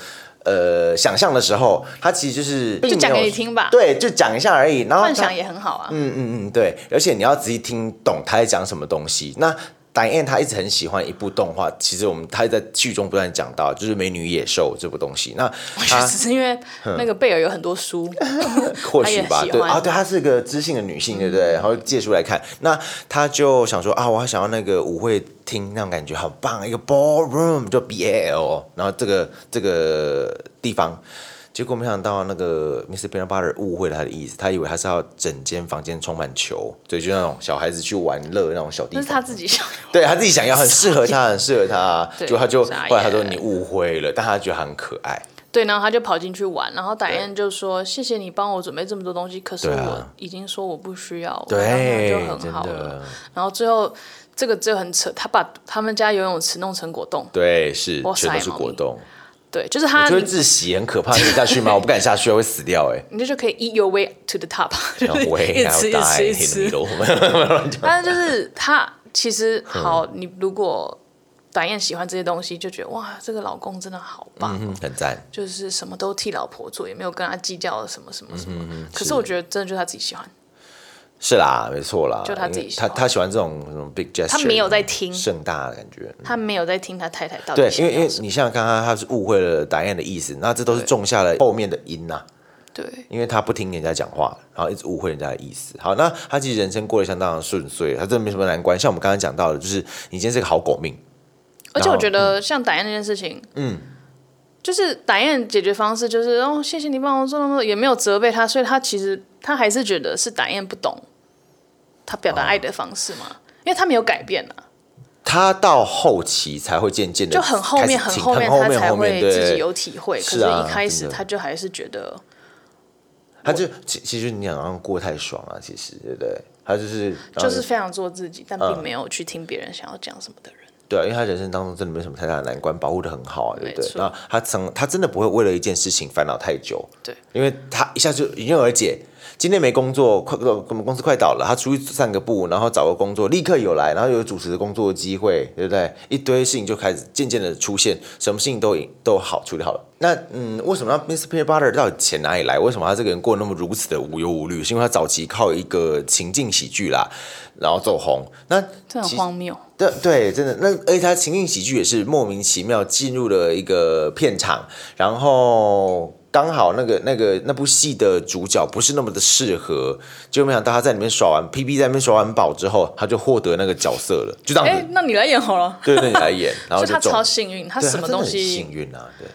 [SPEAKER 2] 呃，想象的时候，她其实就是并没有
[SPEAKER 1] 讲给你听吧
[SPEAKER 2] 对，就讲一下而已。然后
[SPEAKER 1] 幻
[SPEAKER 2] 她
[SPEAKER 1] 想也很好啊，(laughs)
[SPEAKER 2] 哦嗯嗯嗯，对，而且你要仔细听懂他在讲什么东西。那 Diane 他一直很喜欢一部动画，其实我们他在剧中不断讲到，就是《美女与野兽》这部东西。那
[SPEAKER 1] 我觉得
[SPEAKER 2] 他
[SPEAKER 1] 只是因为那个贝尔有很多
[SPEAKER 2] (laughs)
[SPEAKER 1] 书，
[SPEAKER 2] 或许吧
[SPEAKER 1] 他，也喜
[SPEAKER 2] 对
[SPEAKER 1] 欢嗯
[SPEAKER 2] 啊，对，她是个知性的女性，对不对？然后借书来看，那他就想说啊，我想要那个舞会厅那种感觉，好棒，一个 ballroom 就 B A L，然后这个这个地方。结果没想到，那个 Mr. b e n b u t t e r 误会了他的意思，他以为他是要整间房间充满球，对，就那种小孩子去玩乐那种小地
[SPEAKER 1] 那
[SPEAKER 2] 方。
[SPEAKER 1] 是他自己想。
[SPEAKER 2] 对他自己想要，很适合
[SPEAKER 1] (laughs)
[SPEAKER 2] 他，很适合他。
[SPEAKER 1] 对
[SPEAKER 2] 结果他就
[SPEAKER 1] 傻眼
[SPEAKER 2] 后来他说你误会了，但他觉得他很可爱。
[SPEAKER 1] (laughs) 对，然后他就跑进去玩，然后戴燕就说：“谢谢你帮我准备这么多东西，可是
[SPEAKER 2] 对啊
[SPEAKER 1] 我已经说我不需要，我刚刚
[SPEAKER 2] 对，
[SPEAKER 1] 就很
[SPEAKER 2] 真
[SPEAKER 1] 好了。
[SPEAKER 2] 的，”
[SPEAKER 1] 然后最后这个就很扯，他把他们家游泳池弄成果冻，
[SPEAKER 2] 对，是
[SPEAKER 1] 哇塞
[SPEAKER 2] 全都是果
[SPEAKER 1] 猫咪
[SPEAKER 2] 冻，
[SPEAKER 1] 对，就是他
[SPEAKER 2] 就会
[SPEAKER 1] 啊你
[SPEAKER 2] 窒息，很可怕。你下去吗？我不敢下去，我会死
[SPEAKER 1] (laughs)
[SPEAKER 2] 掉哎。
[SPEAKER 1] 你就可以 eat your way to the top，就
[SPEAKER 2] (laughs) 然后
[SPEAKER 1] 是 (laughs)
[SPEAKER 2] 我
[SPEAKER 1] 一直
[SPEAKER 2] 也要
[SPEAKER 1] 吃一直
[SPEAKER 2] 大
[SPEAKER 1] 吃
[SPEAKER 2] 一
[SPEAKER 1] 一直
[SPEAKER 2] 点的
[SPEAKER 1] 吃
[SPEAKER 2] 迷。路，乱讲
[SPEAKER 1] 但是就是他其实好，
[SPEAKER 2] 嗯
[SPEAKER 1] 你如果短燕喜欢这些东西，就觉得哇，这个老公真的好棒，
[SPEAKER 2] 嗯很赞。
[SPEAKER 1] 就是什么都替老婆做，也没有跟他计较什么什么什么。
[SPEAKER 2] 嗯
[SPEAKER 1] 可是我觉得真的就是他自己喜欢，
[SPEAKER 2] 是啦，没错啦，
[SPEAKER 1] 就他自己
[SPEAKER 2] 因为
[SPEAKER 1] 喜
[SPEAKER 2] 他
[SPEAKER 1] 欢
[SPEAKER 2] 他喜欢这种什么 big gesture，嗯
[SPEAKER 1] 他没有在听
[SPEAKER 2] 盛大的感觉。
[SPEAKER 1] 他没有在听他太太到
[SPEAKER 2] 对
[SPEAKER 1] 底，
[SPEAKER 2] 因
[SPEAKER 1] 想
[SPEAKER 2] 为因为
[SPEAKER 1] 要什么。
[SPEAKER 2] 你像刚刚他是误会了答案的意思，那这都是种下了后面的因呐、
[SPEAKER 1] 对，
[SPEAKER 2] 因为他不听人家讲话，然后一直误会人家的意思。好，那他其实人生过得相当的顺遂，他真的没什么难关。像我们刚刚讲到的，就是你今天是个好狗命，
[SPEAKER 1] 而且
[SPEAKER 2] 然
[SPEAKER 1] 我
[SPEAKER 2] 后嗯
[SPEAKER 1] 觉得像打燕那件事情，嗯。就是打燕解决方式就是哦，谢谢你帮我做那么多，也没有责备他，所以他其实他还是觉得是打燕不懂他表
[SPEAKER 2] 哦
[SPEAKER 1] 达爱的方式嘛，因为他没有改变啊。
[SPEAKER 2] 他到后期才会渐渐的
[SPEAKER 1] 就很后面很后面他才会自己。有体会，可
[SPEAKER 2] 是
[SPEAKER 1] 是
[SPEAKER 2] 啊
[SPEAKER 1] 一开始
[SPEAKER 2] 真的啊
[SPEAKER 1] 他就还是觉得
[SPEAKER 2] 他就其其实你好像过太爽了、其实对不对？他就是
[SPEAKER 1] 就是非常做自己，但
[SPEAKER 2] 啊
[SPEAKER 1] 并没有去听别人想要讲什么的人。
[SPEAKER 2] 对啊，因为他人生当中真的没什么太大的难关，保护的很好、啊，对
[SPEAKER 1] 没
[SPEAKER 2] 不对？
[SPEAKER 1] 错
[SPEAKER 2] 那他曾他真的不会为了一件事情烦恼太久，
[SPEAKER 1] 对，
[SPEAKER 2] 因为他一下就迎刃而解。今天没工作，快我们公司快倒了，他出去散个步，然后找个工作，立刻有来，然后有主持的工作机会，对不对？一堆事情就开始渐渐的出现，什么事情都都好处理好了。那嗯，为什么那 Mr. Peter Butter 到底钱哪里来？为什么他这个人过得那么如此的无忧无虑？是因为他早期靠一个情境喜剧啦，然后走红。那
[SPEAKER 1] 这
[SPEAKER 2] 其
[SPEAKER 1] 很
[SPEAKER 2] 实啊
[SPEAKER 1] 荒谬。
[SPEAKER 2] 对对，真的，那而且他情景喜剧也是莫名其妙进入了一个片场，然后刚好那个那个那部戏的主角不是那么的适合，结果没想到他在里面耍完 PP，在那边耍完宝之后，他就获得那个角色了，就这样
[SPEAKER 1] 哎
[SPEAKER 2] 子，，
[SPEAKER 1] 那你来演好了，
[SPEAKER 2] 对，那你来演，然
[SPEAKER 1] 所
[SPEAKER 2] 后
[SPEAKER 1] 以
[SPEAKER 2] 就
[SPEAKER 1] 他
[SPEAKER 2] 中
[SPEAKER 1] 超，幸运，他
[SPEAKER 2] 对
[SPEAKER 1] 什么
[SPEAKER 2] 真的
[SPEAKER 1] 东
[SPEAKER 2] 很幸
[SPEAKER 1] 西
[SPEAKER 2] 运啊，对。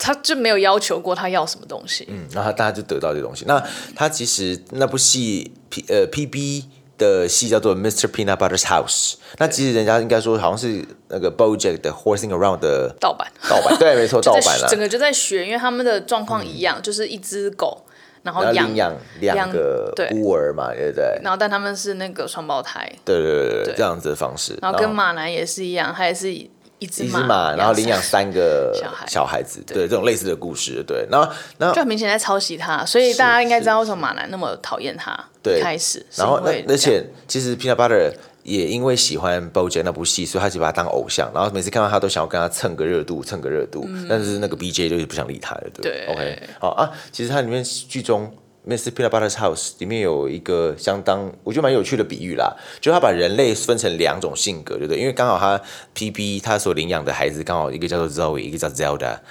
[SPEAKER 1] 他就没有要求过他要什么东西。
[SPEAKER 2] 嗯然后大家就得到这东西。那他其实那部戏 P 呃 PB 的戏叫做《Mr. Peanut Butter's House》，那其实人家应该说好像是那个 BoJack 的《Horsing Around》的
[SPEAKER 1] 盗版，
[SPEAKER 2] 盗
[SPEAKER 1] (laughs)
[SPEAKER 2] 版， (laughs) 对，没错，
[SPEAKER 1] 就
[SPEAKER 2] 盗
[SPEAKER 1] 在
[SPEAKER 2] 版啊
[SPEAKER 1] 整
[SPEAKER 2] 了。
[SPEAKER 1] 个就在学，因为他们的状况一样，就是一只狗，然后
[SPEAKER 2] 然后
[SPEAKER 1] 养
[SPEAKER 2] 领，养两
[SPEAKER 1] 养
[SPEAKER 2] 个
[SPEAKER 1] 对
[SPEAKER 2] 孤儿嘛，对不对？
[SPEAKER 1] 然后但他们是那个双胞胎，
[SPEAKER 2] 对对对对对，这样子的方式。
[SPEAKER 1] 然后跟马男也是一样，他也是一一只
[SPEAKER 2] 一只
[SPEAKER 1] 马，
[SPEAKER 2] 马，然后领养三个
[SPEAKER 1] 小孩
[SPEAKER 2] 小孩子，对，这种类似的故事，对。然后，然后
[SPEAKER 1] 就很明显在抄袭他，所以
[SPEAKER 2] 是
[SPEAKER 1] 大家应该知道为什么马兰那么讨厌他。
[SPEAKER 2] 对
[SPEAKER 1] 一开始是
[SPEAKER 2] 然后
[SPEAKER 1] 因
[SPEAKER 2] 那
[SPEAKER 1] 为
[SPEAKER 2] 而且其实 Peanut Butter 也因为喜欢 BoJack 那部戏，所以他就把他当偶像，然后每次看到他都想要跟他蹭个热度，蹭个热度。但是那个 BJ 就是不想理他了，对不
[SPEAKER 1] 嗯对
[SPEAKER 2] o k 好啊，其实它里面剧中。Mr. Peanut Butter's House 里面有一个相当我觉得蛮有趣的比喻啦，就是他把人类分成两种性格，对不对？因为刚好他 PB 他所领养的孩子刚好一个叫做 Zoe，一个叫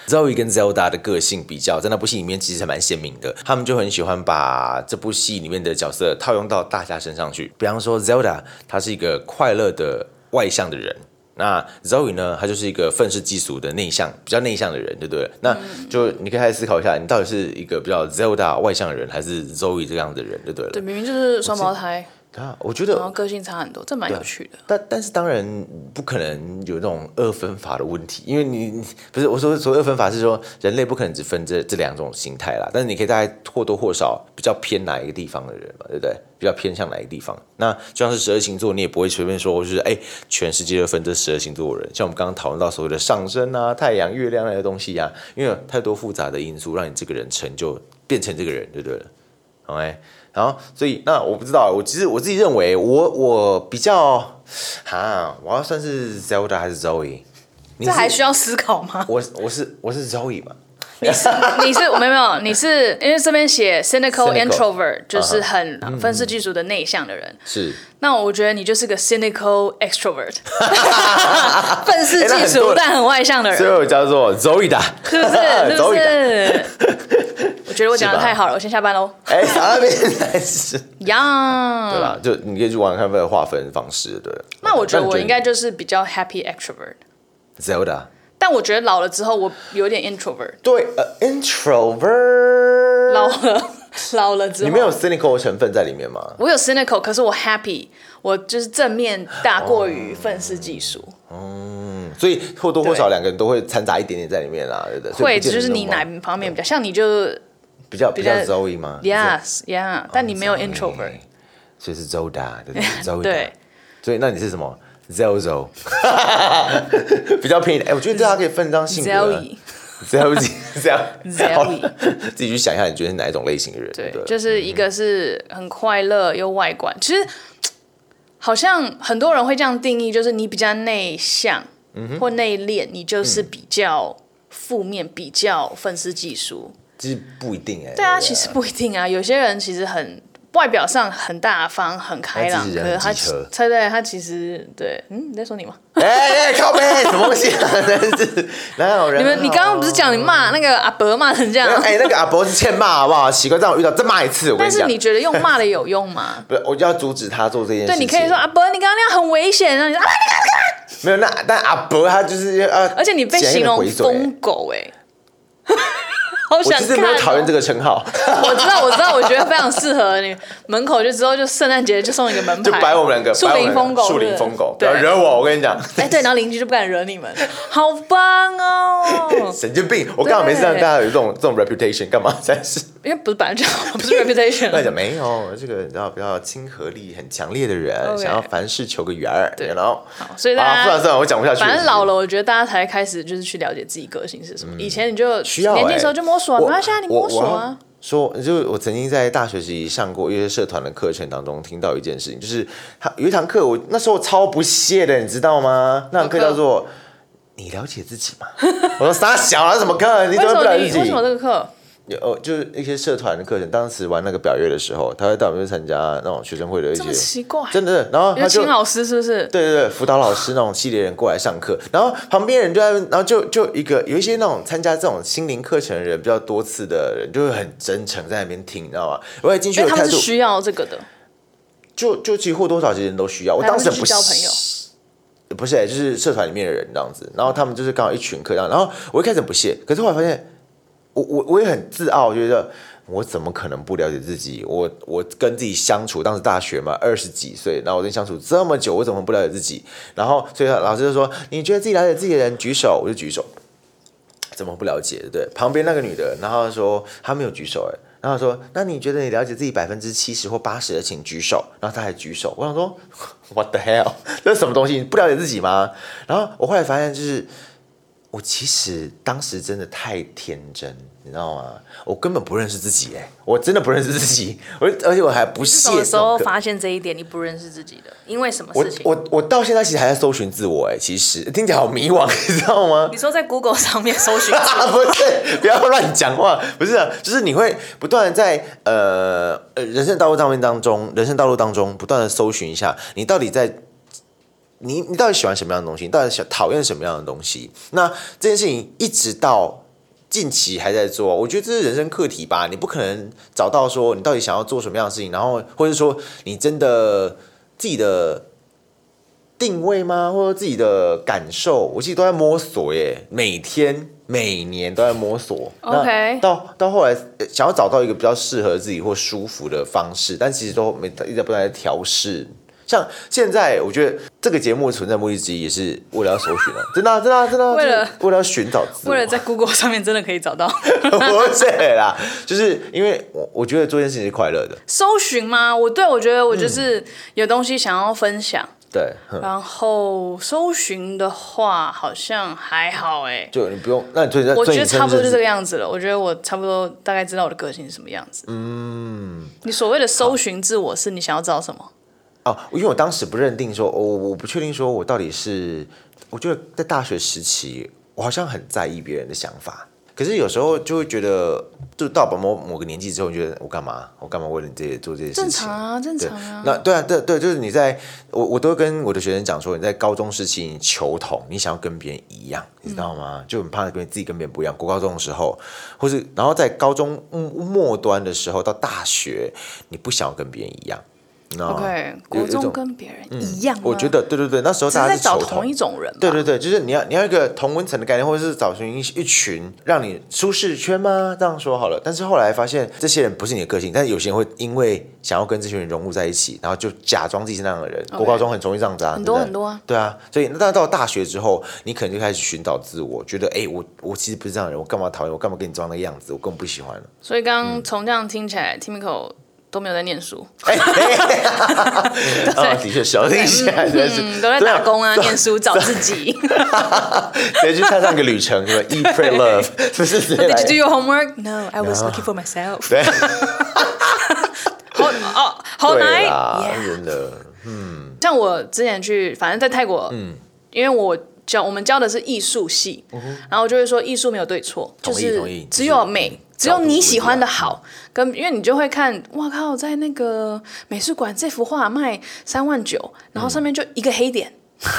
[SPEAKER 2] Zelda，Zoe 跟 Zelda 的个性比较在那部戏里面其实还蛮鲜明的，他们就很喜欢把这部戏里面的角色套用到大家身上去。比方说 Zelda，她是一个快乐的外向的人。那 Zoe 呢，她就是一个愤世嫉俗的内向，比较内向的人，对不对？那就你可以开始思考一下，你到底是一个比较 Zelda 外向的人，还是 Zoe 这样的人，对不对了？
[SPEAKER 1] 对，明明就是双胞胎，
[SPEAKER 2] 啊，我觉
[SPEAKER 1] 然后
[SPEAKER 2] 得，
[SPEAKER 1] 个性差很多，这蛮
[SPEAKER 2] 啊
[SPEAKER 1] 有趣的。
[SPEAKER 2] 但但是当然不可能有那种二分法的问题，因为你你不是我说所谓二分法是说人类不可能只分这这两种形态啦，但是你可以大概或多或少比较偏哪一个地方的人嘛，对不对？比较偏向哪一个地方？那就像是十二星座，你也不会随便说，就是哎、全世界就分这十二星座的人。像我们刚刚讨论到所谓的上升啊、太阳、月亮那些东西啊，因为有太多复杂的因素让你这个人成就变成这个人，对不对？好哎，然后所以那我不知道，我其实我自己认为我我比较哈，我要算是 Zelda 还是 Zoe？你
[SPEAKER 1] 这还
[SPEAKER 2] 是
[SPEAKER 1] 需要思考吗？
[SPEAKER 2] 我我是我是 Zoe 嘛？
[SPEAKER 1] 你是 (laughs) 你是没有没有，你是因为这边写 cynical
[SPEAKER 2] Cynical 啊嗯
[SPEAKER 1] introvert，就是很愤世嫉俗的内向的人。
[SPEAKER 2] 是，
[SPEAKER 1] 那我觉得你就是个 cynical extrovert，愤世
[SPEAKER 2] 哎那
[SPEAKER 1] 嫉
[SPEAKER 2] 很多
[SPEAKER 1] 俗
[SPEAKER 2] 人哎
[SPEAKER 1] 但很外向的人，
[SPEAKER 2] 所以
[SPEAKER 1] 是
[SPEAKER 2] 我叫做 Zoe 的，
[SPEAKER 1] 不是？是不
[SPEAKER 2] Zoe
[SPEAKER 1] 是？我觉得我讲的
[SPEAKER 2] 是吧
[SPEAKER 1] 太好了，我先下班喽。
[SPEAKER 2] (laughs) 哎，啥那边才是对
[SPEAKER 1] 呀，
[SPEAKER 2] 啦，就你可以去玩看它的划分方式，对。
[SPEAKER 1] 那我觉得
[SPEAKER 2] 你
[SPEAKER 1] 我应该就是比较 happy extrovert，
[SPEAKER 2] Zelda。
[SPEAKER 1] 但我觉得老了之后我有点 introvert，
[SPEAKER 2] 对，呃，introvert，
[SPEAKER 1] 老了 (laughs) 老了之后
[SPEAKER 2] 嗯你们有 cynical 的成分在里面吗？
[SPEAKER 1] 我有 cynical，可是我 happy，我就是正面大过于
[SPEAKER 2] 哦
[SPEAKER 1] 愤世嫉俗。
[SPEAKER 2] 所以或多或
[SPEAKER 1] 对
[SPEAKER 2] 少两个人都会掺杂一点点在里面啦，对不对？所以
[SPEAKER 1] 会，
[SPEAKER 2] 不见得
[SPEAKER 1] 就是你
[SPEAKER 2] 那么
[SPEAKER 1] 哪方面比较像你就
[SPEAKER 2] 比较比较
[SPEAKER 1] 比较
[SPEAKER 2] Zoe 吗
[SPEAKER 1] yes yeah，但你
[SPEAKER 2] 哦
[SPEAKER 1] 没有
[SPEAKER 2] Zoe
[SPEAKER 1] introvert，
[SPEAKER 2] 所以是 Zoda，对不对
[SPEAKER 1] (laughs)
[SPEAKER 2] ？Zoda，
[SPEAKER 1] 对，
[SPEAKER 2] 所以那你是什么？Zozo，比较便宜的。哎，我觉得大家可以分一张性格啊
[SPEAKER 1] Zoe (laughs)
[SPEAKER 2] ，Zoe，这样
[SPEAKER 1] Zoe
[SPEAKER 2] 好了 (laughs) 自己去想一下，你觉得是哪一种类型的人？
[SPEAKER 1] 对
[SPEAKER 2] 对，，嗯
[SPEAKER 1] 就是一个是很快乐又外观，其实好像很多人会这样定义，就是你比较内向
[SPEAKER 2] 嗯
[SPEAKER 1] 或内敛，你就是比较负面，比较愤世嫉俗。
[SPEAKER 2] 其实不一定哎。
[SPEAKER 1] 对啊，其实不一定啊，有些人其实很。外表上很大方、很开朗，
[SPEAKER 2] 但其实
[SPEAKER 1] 可
[SPEAKER 2] 人
[SPEAKER 1] 是
[SPEAKER 2] 很
[SPEAKER 1] 他
[SPEAKER 2] 机车
[SPEAKER 1] 猜对，他其实对，嗯，你在说你吗？
[SPEAKER 2] 哎哎，靠背什么东西啊？真是哪有人？
[SPEAKER 1] 你
[SPEAKER 2] 啊
[SPEAKER 1] 们，你刚刚不是？讲你
[SPEAKER 2] 呃
[SPEAKER 1] 骂那个阿伯骂成这样？
[SPEAKER 2] (laughs) 哎，那个阿伯是欠骂好不好？奇怪，让我遇到再骂一次，我跟
[SPEAKER 1] 但
[SPEAKER 2] 你
[SPEAKER 1] 是
[SPEAKER 2] 讲？
[SPEAKER 1] 你，觉得用骂的有用吗
[SPEAKER 2] 不是，我就要阻止他做这件事情。
[SPEAKER 1] 对，你可以说阿伯，你刚刚那样很危险啊！你说啊
[SPEAKER 2] 没有那，但阿伯他就是呃，
[SPEAKER 1] 而且你被
[SPEAKER 2] 捡一个
[SPEAKER 1] 形容
[SPEAKER 2] 回嘴
[SPEAKER 1] 疯狗哎、好
[SPEAKER 2] 我
[SPEAKER 1] 想
[SPEAKER 2] 其实
[SPEAKER 1] 看、哦
[SPEAKER 2] 没有讨厌这
[SPEAKER 1] 个，
[SPEAKER 2] 个称号，
[SPEAKER 1] 我知道，我知道，我觉得非常适合你。门口就之后就圣诞节就送一个门牌，
[SPEAKER 2] 就摆我们两个
[SPEAKER 1] 树
[SPEAKER 2] 摆我们
[SPEAKER 1] 林疯狗，
[SPEAKER 2] 树
[SPEAKER 1] 对
[SPEAKER 2] 林
[SPEAKER 1] 不对
[SPEAKER 2] 疯狗，不
[SPEAKER 1] 对
[SPEAKER 2] 要，惹我，我跟你讲，！
[SPEAKER 1] 哎对，然后邻居就不敢惹你们，好棒哦
[SPEAKER 2] 神经病！我刚好没事让大家有这种这种 reputation，干嘛？真是
[SPEAKER 1] 因为不是本来就不是 reputation，
[SPEAKER 2] 乱讲，没有这个你知道比较亲和力很强烈的人，
[SPEAKER 1] OK
[SPEAKER 2] 想要凡事求个圆儿，
[SPEAKER 1] 对
[SPEAKER 2] 然后
[SPEAKER 1] 好所以大家
[SPEAKER 2] 啊，算了算了，我讲不下去，
[SPEAKER 1] 反正老了，我觉得大家才开始就是去了解自己个性是什么。以前你就
[SPEAKER 2] 需要、欸、
[SPEAKER 1] 年轻的时候就摸索啊，
[SPEAKER 2] 我
[SPEAKER 1] 没关系啊，你
[SPEAKER 2] 我
[SPEAKER 1] 摸索
[SPEAKER 2] 我
[SPEAKER 1] 啊
[SPEAKER 2] 要。说，就是我曾经在大学时期上过一些社团的课程当中，听到一件事情，就是他有一堂课，我那时候超不屑的，你知道吗？那堂课
[SPEAKER 1] 什么
[SPEAKER 2] 叫
[SPEAKER 1] 课
[SPEAKER 2] 做“你了解自己吗？”我说傻小啊，什么课？你
[SPEAKER 1] 为
[SPEAKER 2] 怎
[SPEAKER 1] 什
[SPEAKER 2] 么不
[SPEAKER 1] 么
[SPEAKER 2] 了
[SPEAKER 1] 你
[SPEAKER 2] 解自
[SPEAKER 1] 为
[SPEAKER 2] 己
[SPEAKER 1] 什么？这个课？
[SPEAKER 2] 有哦，就是一些社团的课程，当时玩那个表越的时候，他会带我们去参加那种学生会的一
[SPEAKER 1] 这么
[SPEAKER 2] 些，
[SPEAKER 1] 奇怪？
[SPEAKER 2] 真的，然后
[SPEAKER 1] 你
[SPEAKER 2] 他
[SPEAKER 1] 是
[SPEAKER 2] 就
[SPEAKER 1] 青老师是不是？
[SPEAKER 2] 对对对，辅导老师那种系列人过来上课，然后旁边人就在那边，然后就就一个有一些那种参加这种心灵课程的人比较多次的人，就会很真诚在那边听，你知道吗？我也进去
[SPEAKER 1] 因
[SPEAKER 2] 有
[SPEAKER 1] 哎为他
[SPEAKER 2] 态
[SPEAKER 1] 们是
[SPEAKER 2] 度，
[SPEAKER 1] 需要这个的，
[SPEAKER 2] 就就其实或多少其实人都需要。我
[SPEAKER 1] 来他
[SPEAKER 2] 当
[SPEAKER 1] 们就
[SPEAKER 2] 时很
[SPEAKER 1] 去
[SPEAKER 2] 不
[SPEAKER 1] 交朋友。
[SPEAKER 2] 不是、欸就是社团里面的人这样子。然后他们就是刚好一群客这样，然后我一开始很不屑，可是后来发现，我我我也很自傲，我觉得我怎么可能不了解自己？我我跟自己相处，当时大学嘛，二十几岁，然后我跟你相处这么久，我怎么不了解自己？然后所以老师就说，你觉得自己了解自己的人举手，我就举手。怎么不了解？对不对，旁边那个女的，然后她说她没有举手，哎，然后她说，那你觉得你了解自己百分之七十或八十的，请举手。然后她还举手，我想说 (laughs) ，what the hell，这是什么东西？你不了解自己吗？然后我后来发现，就是我其实当时真的太天真，你知道吗？我根本不认识自己哎、我真的不认识自己，我而且我还不
[SPEAKER 1] 你是
[SPEAKER 2] 屑
[SPEAKER 1] 什么时候
[SPEAKER 2] 那个
[SPEAKER 1] 发现这一点？你不认识自己的，因为什么
[SPEAKER 2] 我
[SPEAKER 1] 事情？
[SPEAKER 2] 我我到现在其实还在搜寻自我哎、其实听起来好迷惘， (laughs) 你知道吗？
[SPEAKER 1] 你说在 Google 上面搜寻
[SPEAKER 2] 啊，不是， (laughs) 不要乱讲话，不是啊，就是你会不断的在呃呃人生道路上面当中，人生道路当中不断的搜寻一下，你到底在。你你到底喜欢什么样的东西？你到底想讨厌什么样的东西？那这件事情一直到近期还在做，我觉得这是人生课题吧。你不可能找到说你到底想要做什么样的事情，然后或者说你真的自己的定位吗？或者自己的感受，我其实都在摸索耶，每天每年都在摸索。那
[SPEAKER 1] OK
[SPEAKER 2] 到到后来呃想要找到一个比较适合自己或舒服的方式，但其实都没一直在不断在调试。像现在，我觉得这个节目存在目的之一也是为了要搜寻啊，真的啊、真的啊、真的啊、
[SPEAKER 1] 为了
[SPEAKER 2] 就是为了要寻找自
[SPEAKER 1] (laughs)
[SPEAKER 2] 我，
[SPEAKER 1] 为了在 Google 上面真的可以找 (laughs) 到
[SPEAKER 2] (laughs) 不是啦，就是因为我我觉得做一件事情是快乐的，
[SPEAKER 1] 搜寻吗？我对我觉得我就是
[SPEAKER 2] 嗯
[SPEAKER 1] 有东西想要分享，
[SPEAKER 2] 对，哼
[SPEAKER 1] 然后搜寻的话好像还好哎、
[SPEAKER 2] 就你不用，那你最近
[SPEAKER 1] 我觉
[SPEAKER 2] 最
[SPEAKER 1] 得
[SPEAKER 2] 近
[SPEAKER 1] 差不多就这
[SPEAKER 2] 是
[SPEAKER 1] 个样子了。我觉得我差不多大概知道我的个性是什么样子。嗯，你所谓的搜寻自我是你想要知道什么？
[SPEAKER 2] 哦，因为我当时不认定说，我、我不确定说我到底是，我觉得在大学时期，我好像很在意别人的想法，可是有时候就会觉得，就到某某个年纪之后，你觉得我干嘛，我干嘛为了你这些做这些事情？
[SPEAKER 1] 正常啊，正常啊。
[SPEAKER 2] 那对啊，对对，就是你在我我都会跟我的学生讲说，你在高中时期你求同，你想要跟别人一样，你知道
[SPEAKER 1] 嗯
[SPEAKER 2] 吗？就很怕跟自己跟别人不一样。国高中的时候，或是然后在高中嗯末端的时候到大学，你不想要跟别人一样，你知道吗
[SPEAKER 1] OK，
[SPEAKER 2] 啊有有
[SPEAKER 1] 国
[SPEAKER 2] 一
[SPEAKER 1] 中
[SPEAKER 2] 种嗯
[SPEAKER 1] 跟别人一样吗、
[SPEAKER 2] 我觉得对对对，那时候
[SPEAKER 1] 只
[SPEAKER 2] 大
[SPEAKER 1] 是
[SPEAKER 2] 家
[SPEAKER 1] 在
[SPEAKER 2] 是
[SPEAKER 1] 找
[SPEAKER 2] 求
[SPEAKER 1] 同一种人吧。
[SPEAKER 2] 对对对，就是你要你要一个同温层的概念，或者是找寻一一群让你舒适圈吗？这样说好了。但是后来发现，这些人不是你的个性，但是有些人会因为想要跟这群人融入在一起，然后就假装自己是那样的人。国高中很容易这样子啊，
[SPEAKER 1] 很
[SPEAKER 2] 对不
[SPEAKER 1] 多
[SPEAKER 2] 对
[SPEAKER 1] 很多啊。
[SPEAKER 2] 对啊，所以那到大学之后，你可能就开始寻找自我，觉得哎、诶我我其实不是这样的人，我干嘛讨厌？我干嘛跟你装那个样子？我根本不喜欢了。
[SPEAKER 1] 所以刚
[SPEAKER 2] 嗯
[SPEAKER 1] 刚从这样听起来、t i m i k o 都没有在念
[SPEAKER 2] (laughs)
[SPEAKER 1] 书， (laughs)
[SPEAKER 2] 啊，哎的确是，听起来真
[SPEAKER 1] (laughs)
[SPEAKER 2] 的是、
[SPEAKER 1] 嗯，都在打工啊，念书找自己。
[SPEAKER 2] 对，直接去踏上一个旅程，对吧？Eat,
[SPEAKER 1] (laughs)
[SPEAKER 2] pray, love，不是直接
[SPEAKER 1] Did
[SPEAKER 2] 来
[SPEAKER 1] you do your homework? No, I was looking for
[SPEAKER 2] (laughs)
[SPEAKER 1] myself.
[SPEAKER 2] 对。
[SPEAKER 1] 好哦，好
[SPEAKER 2] 对
[SPEAKER 1] night.
[SPEAKER 2] 啦
[SPEAKER 1] Yeah.
[SPEAKER 2] 真的。
[SPEAKER 1] 像我之前去，反正在泰国，
[SPEAKER 2] 嗯
[SPEAKER 1] 因为我教我们教的是艺术系，然后就会说艺术没有对错，就
[SPEAKER 2] 哦同意
[SPEAKER 1] 是
[SPEAKER 2] 同意
[SPEAKER 1] 只
[SPEAKER 2] 就
[SPEAKER 1] 有
[SPEAKER 2] 是
[SPEAKER 1] 美。只
[SPEAKER 2] 角
[SPEAKER 1] 有
[SPEAKER 2] 度不
[SPEAKER 1] 你
[SPEAKER 2] 一
[SPEAKER 1] 喜欢的
[SPEAKER 2] 样
[SPEAKER 1] 好，跟因为你就会看，哇靠，在那个美术馆这幅画卖三万九，然后上面就一个黑
[SPEAKER 2] (laughs)
[SPEAKER 1] 点，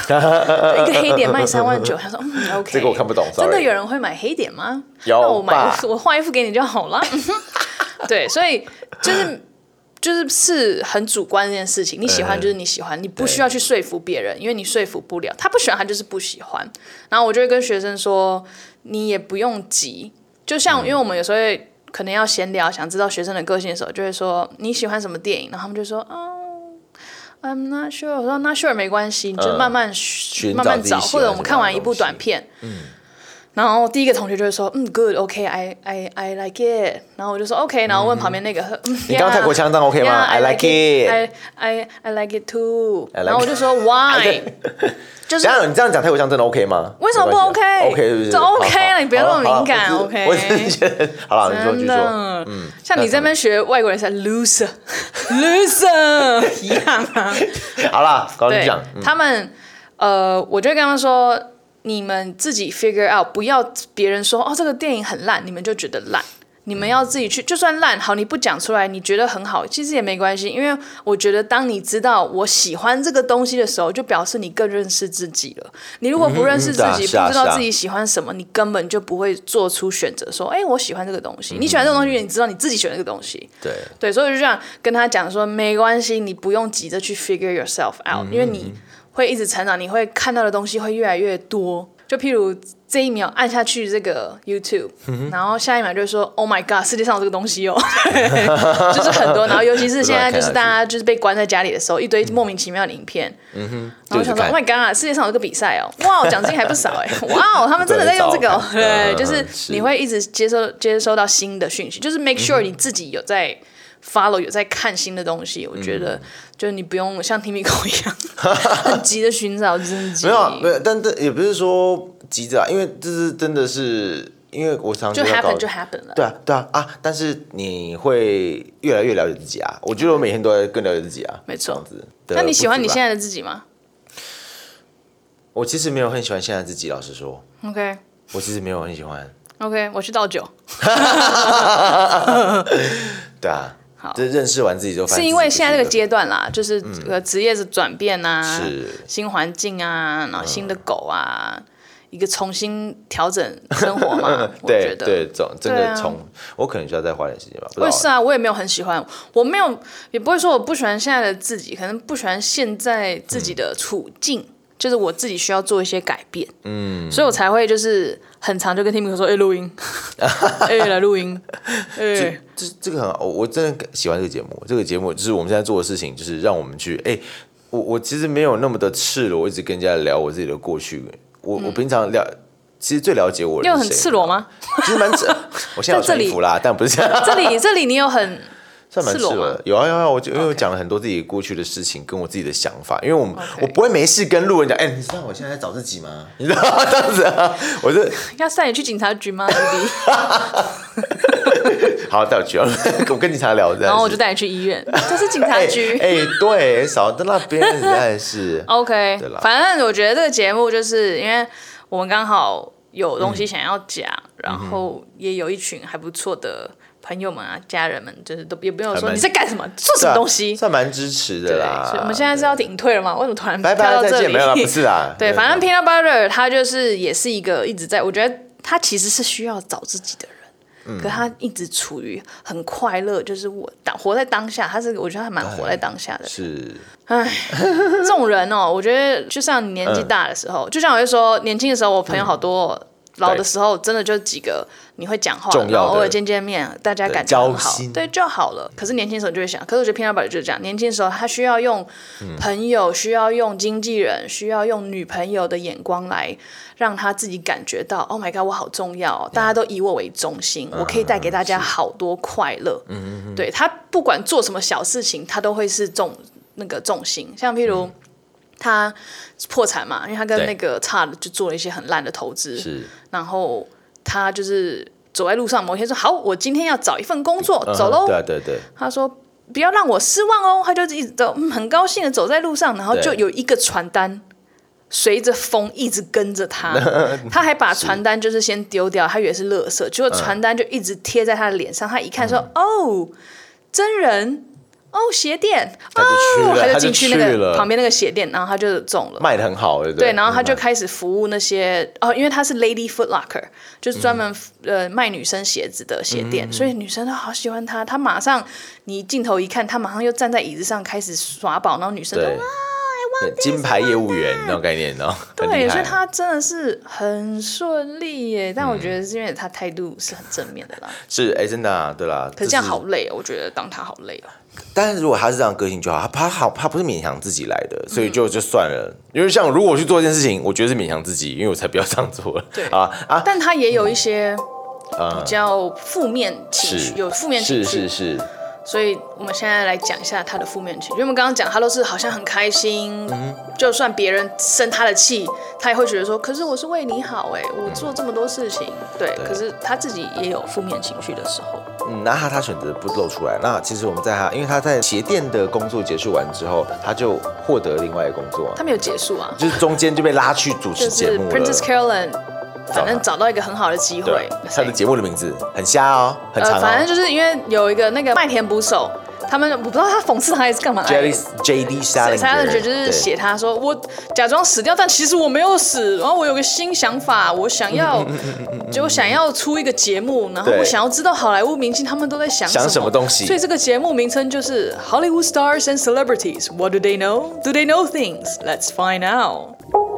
[SPEAKER 1] 就一个黑点卖三万九，他说嗯 OK，
[SPEAKER 2] (laughs) 这个我看不懂
[SPEAKER 1] 真的
[SPEAKER 2] sorry
[SPEAKER 1] 有人会买黑点吗？
[SPEAKER 2] 有
[SPEAKER 1] 那我买
[SPEAKER 2] 吧
[SPEAKER 1] 我画一幅给你就好
[SPEAKER 2] (laughs)
[SPEAKER 1] 了。对，所以就是就是是很主观的一件事情，你喜
[SPEAKER 2] 嗯
[SPEAKER 1] 欢就是你喜欢，你不需要去说服别人，因为你说服不了，他不喜欢他就是不喜欢。然后我就会跟学生说，你也不用急，就
[SPEAKER 2] 嗯
[SPEAKER 1] 像因为我们有时候会可能要闲聊，想知道学生的个性的时候，就会说你喜欢什么电影，然后他们就说哦。I'm not sure，我说 not sure 没关系，你就慢慢寻、
[SPEAKER 2] 嗯寻
[SPEAKER 1] 慢慢
[SPEAKER 2] 找自己
[SPEAKER 1] 找，
[SPEAKER 2] 喜欢
[SPEAKER 1] 或者我们看完一部
[SPEAKER 2] 什么样的东西
[SPEAKER 1] 短片，然后第一个同学就会说，嗯，good，OK，I、I I like it。然后我就说 OK，然后问旁边那个，嗯，
[SPEAKER 2] 你刚刚泰国腔这样 OK 吗
[SPEAKER 1] yeah,？I
[SPEAKER 2] I like it
[SPEAKER 1] I I I like it too。
[SPEAKER 2] I like
[SPEAKER 1] 然后我就
[SPEAKER 2] (laughs)
[SPEAKER 1] 说 Why？就是
[SPEAKER 2] 然后你这样讲泰国腔真的 OK 吗？
[SPEAKER 1] 为什么不
[SPEAKER 2] 没关系啊
[SPEAKER 1] OK？
[SPEAKER 2] OK 是不是？
[SPEAKER 1] 这 OK
[SPEAKER 2] 好好
[SPEAKER 1] 了你不要那么
[SPEAKER 2] 好好
[SPEAKER 1] 敏感
[SPEAKER 2] 我只
[SPEAKER 1] OK
[SPEAKER 2] 我只是觉得， (laughs) 好了，你说嗯继
[SPEAKER 1] 真
[SPEAKER 2] 续说。
[SPEAKER 1] 的，像你这边学外国人是
[SPEAKER 2] (laughs)
[SPEAKER 1] loser，loser 一样啊。
[SPEAKER 2] 好了，刚刚
[SPEAKER 1] 对
[SPEAKER 2] 讲，，嗯
[SPEAKER 1] 他们呃，我就会跟他们说，你们自己 figure out，不要别人说哦这个电影很烂，你们就觉得烂。你们要自己去，就算烂好，你不讲出来，你觉得很好，其实也没关系，因为我觉得当你知道我喜欢这个东西的时候，就表示你更认识自己了。你如果不认识自
[SPEAKER 2] 嗯
[SPEAKER 1] 己，
[SPEAKER 2] 是啊
[SPEAKER 1] 不知道
[SPEAKER 2] 是啊
[SPEAKER 1] 自己喜欢什么，你根本就不会做出选择，说，哎、我喜欢这个东西。你喜欢这个
[SPEAKER 2] 嗯
[SPEAKER 1] 东西，你知道你自己喜欢这个东西，
[SPEAKER 2] 对，
[SPEAKER 1] 对，所以我就这样跟他讲说，没关系，你不用急着去 figure yourself out，、因为你会一直成长，你会看到的东西会越来越多。就譬如这一秒按下去这个 YouTube，、然后下一秒就说 Oh my God，世界上有这个东西哦， (laughs) 就是很多。然后尤其是现在，就是大家就是被关在家里的时候，一堆莫名其妙的影片，嗯哼，然后我想说
[SPEAKER 2] 就是看
[SPEAKER 1] Oh my God，世界上有这个比赛哦，哇，奖金还不少哎， (laughs) 哇，他们真的在用这个、哦，
[SPEAKER 2] 对
[SPEAKER 1] 对，
[SPEAKER 2] 嗯
[SPEAKER 1] 就是
[SPEAKER 2] 是嗯
[SPEAKER 1] 你会一直接收接收到新的讯息，就是 make sure 你自己有在 follow 有在看新的东西，我觉
[SPEAKER 2] 嗯
[SPEAKER 1] 得就你不用像 Timiko 一
[SPEAKER 2] (laughs)
[SPEAKER 1] 样很急的寻找自己，
[SPEAKER 2] 没有啊没有，但但也不是说急着啊，因为这是真的是因为我常
[SPEAKER 1] 就
[SPEAKER 2] 常在搞
[SPEAKER 1] happen 就 happen 了。
[SPEAKER 2] 对啊，对啊啊！但是你会越来越了解自己啊。我觉得我每天都在更了解自己啊。
[SPEAKER 1] 没错
[SPEAKER 2] 这样子。
[SPEAKER 1] 那你喜欢你现
[SPEAKER 2] 在？
[SPEAKER 1] 在的自己吗
[SPEAKER 2] 我其实没有很喜欢现在自己，老实说，
[SPEAKER 1] ？OK
[SPEAKER 2] 我其实没有很喜欢。
[SPEAKER 1] OK，我去倒酒，
[SPEAKER 2] (laughs) 对啊，
[SPEAKER 1] 好
[SPEAKER 2] 这认识完自己之后，发现
[SPEAKER 1] 是因为
[SPEAKER 2] 自己
[SPEAKER 1] 现在这
[SPEAKER 2] 不
[SPEAKER 1] 个阶段啦，就是呃职业的转变啊，
[SPEAKER 2] 嗯是，
[SPEAKER 1] 新环境啊，然后新的狗啊，一个重新调整生活嘛
[SPEAKER 2] (laughs)
[SPEAKER 1] 我
[SPEAKER 2] 对
[SPEAKER 1] 觉得
[SPEAKER 2] 对，总真
[SPEAKER 1] 对
[SPEAKER 2] 的
[SPEAKER 1] 啊
[SPEAKER 2] 从、我可能需要再花点时间吧。不知
[SPEAKER 1] 我也
[SPEAKER 2] 道
[SPEAKER 1] 是啊，我也没有很喜欢，我没有，也不会说我不喜欢现在的自己，可能不喜欢现在自己的处境，就是我自己需要做一些改变，嗯，所以我才会就是很常就跟 Timmy 说，哎、录
[SPEAKER 2] (laughs)
[SPEAKER 1] 音，哎、来录音，哎、
[SPEAKER 2] 这这这个很好，我我真的喜欢这个节目。这个节目就是我们现在做的事情，就是让我们去哎、我我其实没有那么的赤裸，我一直跟人家聊我自己的过去。我、我平常了，其实最了解我的
[SPEAKER 1] 你有嗯
[SPEAKER 2] 人
[SPEAKER 1] 很
[SPEAKER 2] 是
[SPEAKER 1] 赤
[SPEAKER 2] 谁。
[SPEAKER 1] 裸吗？
[SPEAKER 2] 其实
[SPEAKER 1] (laughs)
[SPEAKER 2] 蛮赤，我现在有穿衣服啦，但不啊是这样，
[SPEAKER 1] 这里这里你有很
[SPEAKER 2] 算蛮赤裸
[SPEAKER 1] 赤裸吗
[SPEAKER 2] 的。有啊有啊，我就因为我讲了很多自己过去的事情，跟我自己的想法，因为我们我不会没事跟路人讲，哎、你知道我现在在找自己
[SPEAKER 1] (laughs)
[SPEAKER 2] 吗？你知道吗这样子啊？我就 (laughs)
[SPEAKER 1] 要带你去警察局吗，弟弟？
[SPEAKER 2] 好带
[SPEAKER 1] (laughs)
[SPEAKER 2] 我去啊，我跟警察聊这样子。
[SPEAKER 1] 然后我就带你去医院，这是警察
[SPEAKER 2] 哎
[SPEAKER 1] 局。
[SPEAKER 2] 哎、对，少在那边实
[SPEAKER 1] (laughs)
[SPEAKER 2] 在是
[SPEAKER 1] OK，
[SPEAKER 2] 对啦
[SPEAKER 1] 反正我觉得这个节目就是因为我们刚好有东西想要讲，
[SPEAKER 2] 嗯
[SPEAKER 1] 然后也有一群还不错的朋友们啊、家人们，就是都也不用
[SPEAKER 2] 还
[SPEAKER 1] 说
[SPEAKER 2] 蛮
[SPEAKER 1] 你在干什么、做什
[SPEAKER 2] 对啊
[SPEAKER 1] 么东西。
[SPEAKER 2] 算蛮支持的
[SPEAKER 1] 对，
[SPEAKER 2] 啦。
[SPEAKER 1] 所以我们现在是要隐退了吗？为什么突然
[SPEAKER 2] 拜
[SPEAKER 1] 跳
[SPEAKER 2] 拜
[SPEAKER 1] 到
[SPEAKER 2] 再
[SPEAKER 1] 这
[SPEAKER 2] 见，
[SPEAKER 1] 里？
[SPEAKER 2] 没有啦，不
[SPEAKER 1] (laughs)
[SPEAKER 2] 是啦。
[SPEAKER 1] 对，反正
[SPEAKER 2] 平
[SPEAKER 1] Peanut Butter 他就是也是一个一直在，我觉得他其实是需要找自己的人。
[SPEAKER 2] 嗯
[SPEAKER 1] 可他一直处于很快乐，就是我当活在当下，他是我觉得还蛮活在当下的。
[SPEAKER 2] 是
[SPEAKER 1] 这种人哦，我觉得就像你年纪大的时候，
[SPEAKER 2] 嗯
[SPEAKER 1] 就像我就说，年轻的时候我朋友好多哦，老的时候真的就几个你会讲话，
[SPEAKER 2] 重要的
[SPEAKER 1] 然后偶尔见见面，大家感
[SPEAKER 2] 对嗯
[SPEAKER 1] 情很
[SPEAKER 2] 交
[SPEAKER 1] 好，
[SPEAKER 2] 心
[SPEAKER 1] 对就好了。可是年轻的时候就会想，可是我觉得 Peanut Butter 就是这样，年轻的时候他需要用朋友，需要用经纪人，需要用女朋友的眼光来让他自己感觉到，Oh my god，我好重要、哦，
[SPEAKER 2] 嗯
[SPEAKER 1] 大家都以我为中心，我可以带给大家好多快乐。对他不管做什么小事情，他都会是重那个重心。像譬如、他破产嘛，因为他跟
[SPEAKER 2] 嗯对
[SPEAKER 1] 那个差的就做了一些很烂的投资，
[SPEAKER 2] 是，
[SPEAKER 1] 然后他就是走在路上，某一天说好，我今天要找一份工作，走喽。
[SPEAKER 2] 对啊对对，
[SPEAKER 1] 他说不要让我失望哦，他就一直走，嗯，很高兴的走在路上，然后
[SPEAKER 2] 对
[SPEAKER 1] 就有一个传单。随着风一直跟着
[SPEAKER 2] (laughs)
[SPEAKER 1] 他，
[SPEAKER 2] 嗯
[SPEAKER 1] 他还把传单就是先丢掉，他以为是垃圾，结果传单就一直贴在他的脸上。他一看说：“
[SPEAKER 2] 嗯
[SPEAKER 1] 哦，真人，哦，鞋店，
[SPEAKER 2] 他就去
[SPEAKER 1] 哦，
[SPEAKER 2] 了，
[SPEAKER 1] 他
[SPEAKER 2] 他
[SPEAKER 1] 进去
[SPEAKER 2] 去
[SPEAKER 1] 那个
[SPEAKER 2] 了
[SPEAKER 1] 旁边那个鞋店，然后他就中了。
[SPEAKER 2] 卖的很好，对不对？
[SPEAKER 1] 对，然后他就开始服务那些哦，因为他是 Lady Foot Locker，就是专门、
[SPEAKER 2] 嗯
[SPEAKER 1] 呃卖女生鞋子的鞋店，所以女生都好喜欢他。他马上你镜头一看，他马上又站在椅子上开始耍宝，然后女生就
[SPEAKER 2] 对
[SPEAKER 1] 哇。
[SPEAKER 2] 对金牌业务员那种概念，哦，很厉
[SPEAKER 1] 对，所
[SPEAKER 2] 害
[SPEAKER 1] 以他真的是很顺利耶，但我
[SPEAKER 2] 嗯
[SPEAKER 1] 觉得是因为他态度是很正面的
[SPEAKER 2] (laughs)
[SPEAKER 1] 啦。
[SPEAKER 2] 是哎真的啊，对啦。
[SPEAKER 1] 可
[SPEAKER 2] 可
[SPEAKER 1] 是这样好累哦，我觉得当他好累哦。
[SPEAKER 2] 但是如果他是这样个性就好，他他好他不是勉强自己来的，所以就就算了。因为像如果我去做一件事情，我觉得是勉强自己，因为我才不要这样做了。
[SPEAKER 1] (laughs) 对
[SPEAKER 2] 啊啊，
[SPEAKER 1] 但他也有一些
[SPEAKER 2] 嗯
[SPEAKER 1] 比较负面情绪，
[SPEAKER 2] 是
[SPEAKER 1] 有负面情
[SPEAKER 2] 是
[SPEAKER 1] 绪，
[SPEAKER 2] 是是，
[SPEAKER 1] 所以我们现在来讲一下他的负面情绪。因为我们刚刚讲他都是好像很开心，
[SPEAKER 2] 嗯
[SPEAKER 1] 就算别人生他的气，他也会觉得说，可是我是为你好哎、我做这么多事情，对，可是他自己也有负面情绪的时候。
[SPEAKER 2] 嗯，那他他选择不露出来。那其实我们在他，因为他在鞋店的工作结束完之后，他就获得另外一个工作，
[SPEAKER 1] 他没有结束啊，
[SPEAKER 2] 就是中间就被拉去主持
[SPEAKER 1] 就
[SPEAKER 2] 节
[SPEAKER 1] 是
[SPEAKER 2] 目
[SPEAKER 1] Princess
[SPEAKER 2] 了。
[SPEAKER 1] Carolyn，反正找到一个很好的机会
[SPEAKER 2] 对，，他的节目的名字很瞎哦，很长
[SPEAKER 1] 呃，
[SPEAKER 2] 哦。
[SPEAKER 1] 反正就是因为有一个那个麦田捕手，他们我不知道他讽刺他还是干嘛来
[SPEAKER 2] Jelly
[SPEAKER 1] 的。
[SPEAKER 2] J D 沙
[SPEAKER 1] 对，他的
[SPEAKER 2] 林
[SPEAKER 1] 觉呃就是写他说我假装死掉，但其实我没有死。然后我有个新想法，我想
[SPEAKER 2] 嗯
[SPEAKER 1] 要，就我想要出一个节目，然后
[SPEAKER 2] 对
[SPEAKER 1] 我想要知道好莱坞明星他们都在想
[SPEAKER 2] 想什么东西
[SPEAKER 1] 所以这个节目名称就是《Hollywood Stars and Celebrities》。What do they know? Do they know things? Let's find out。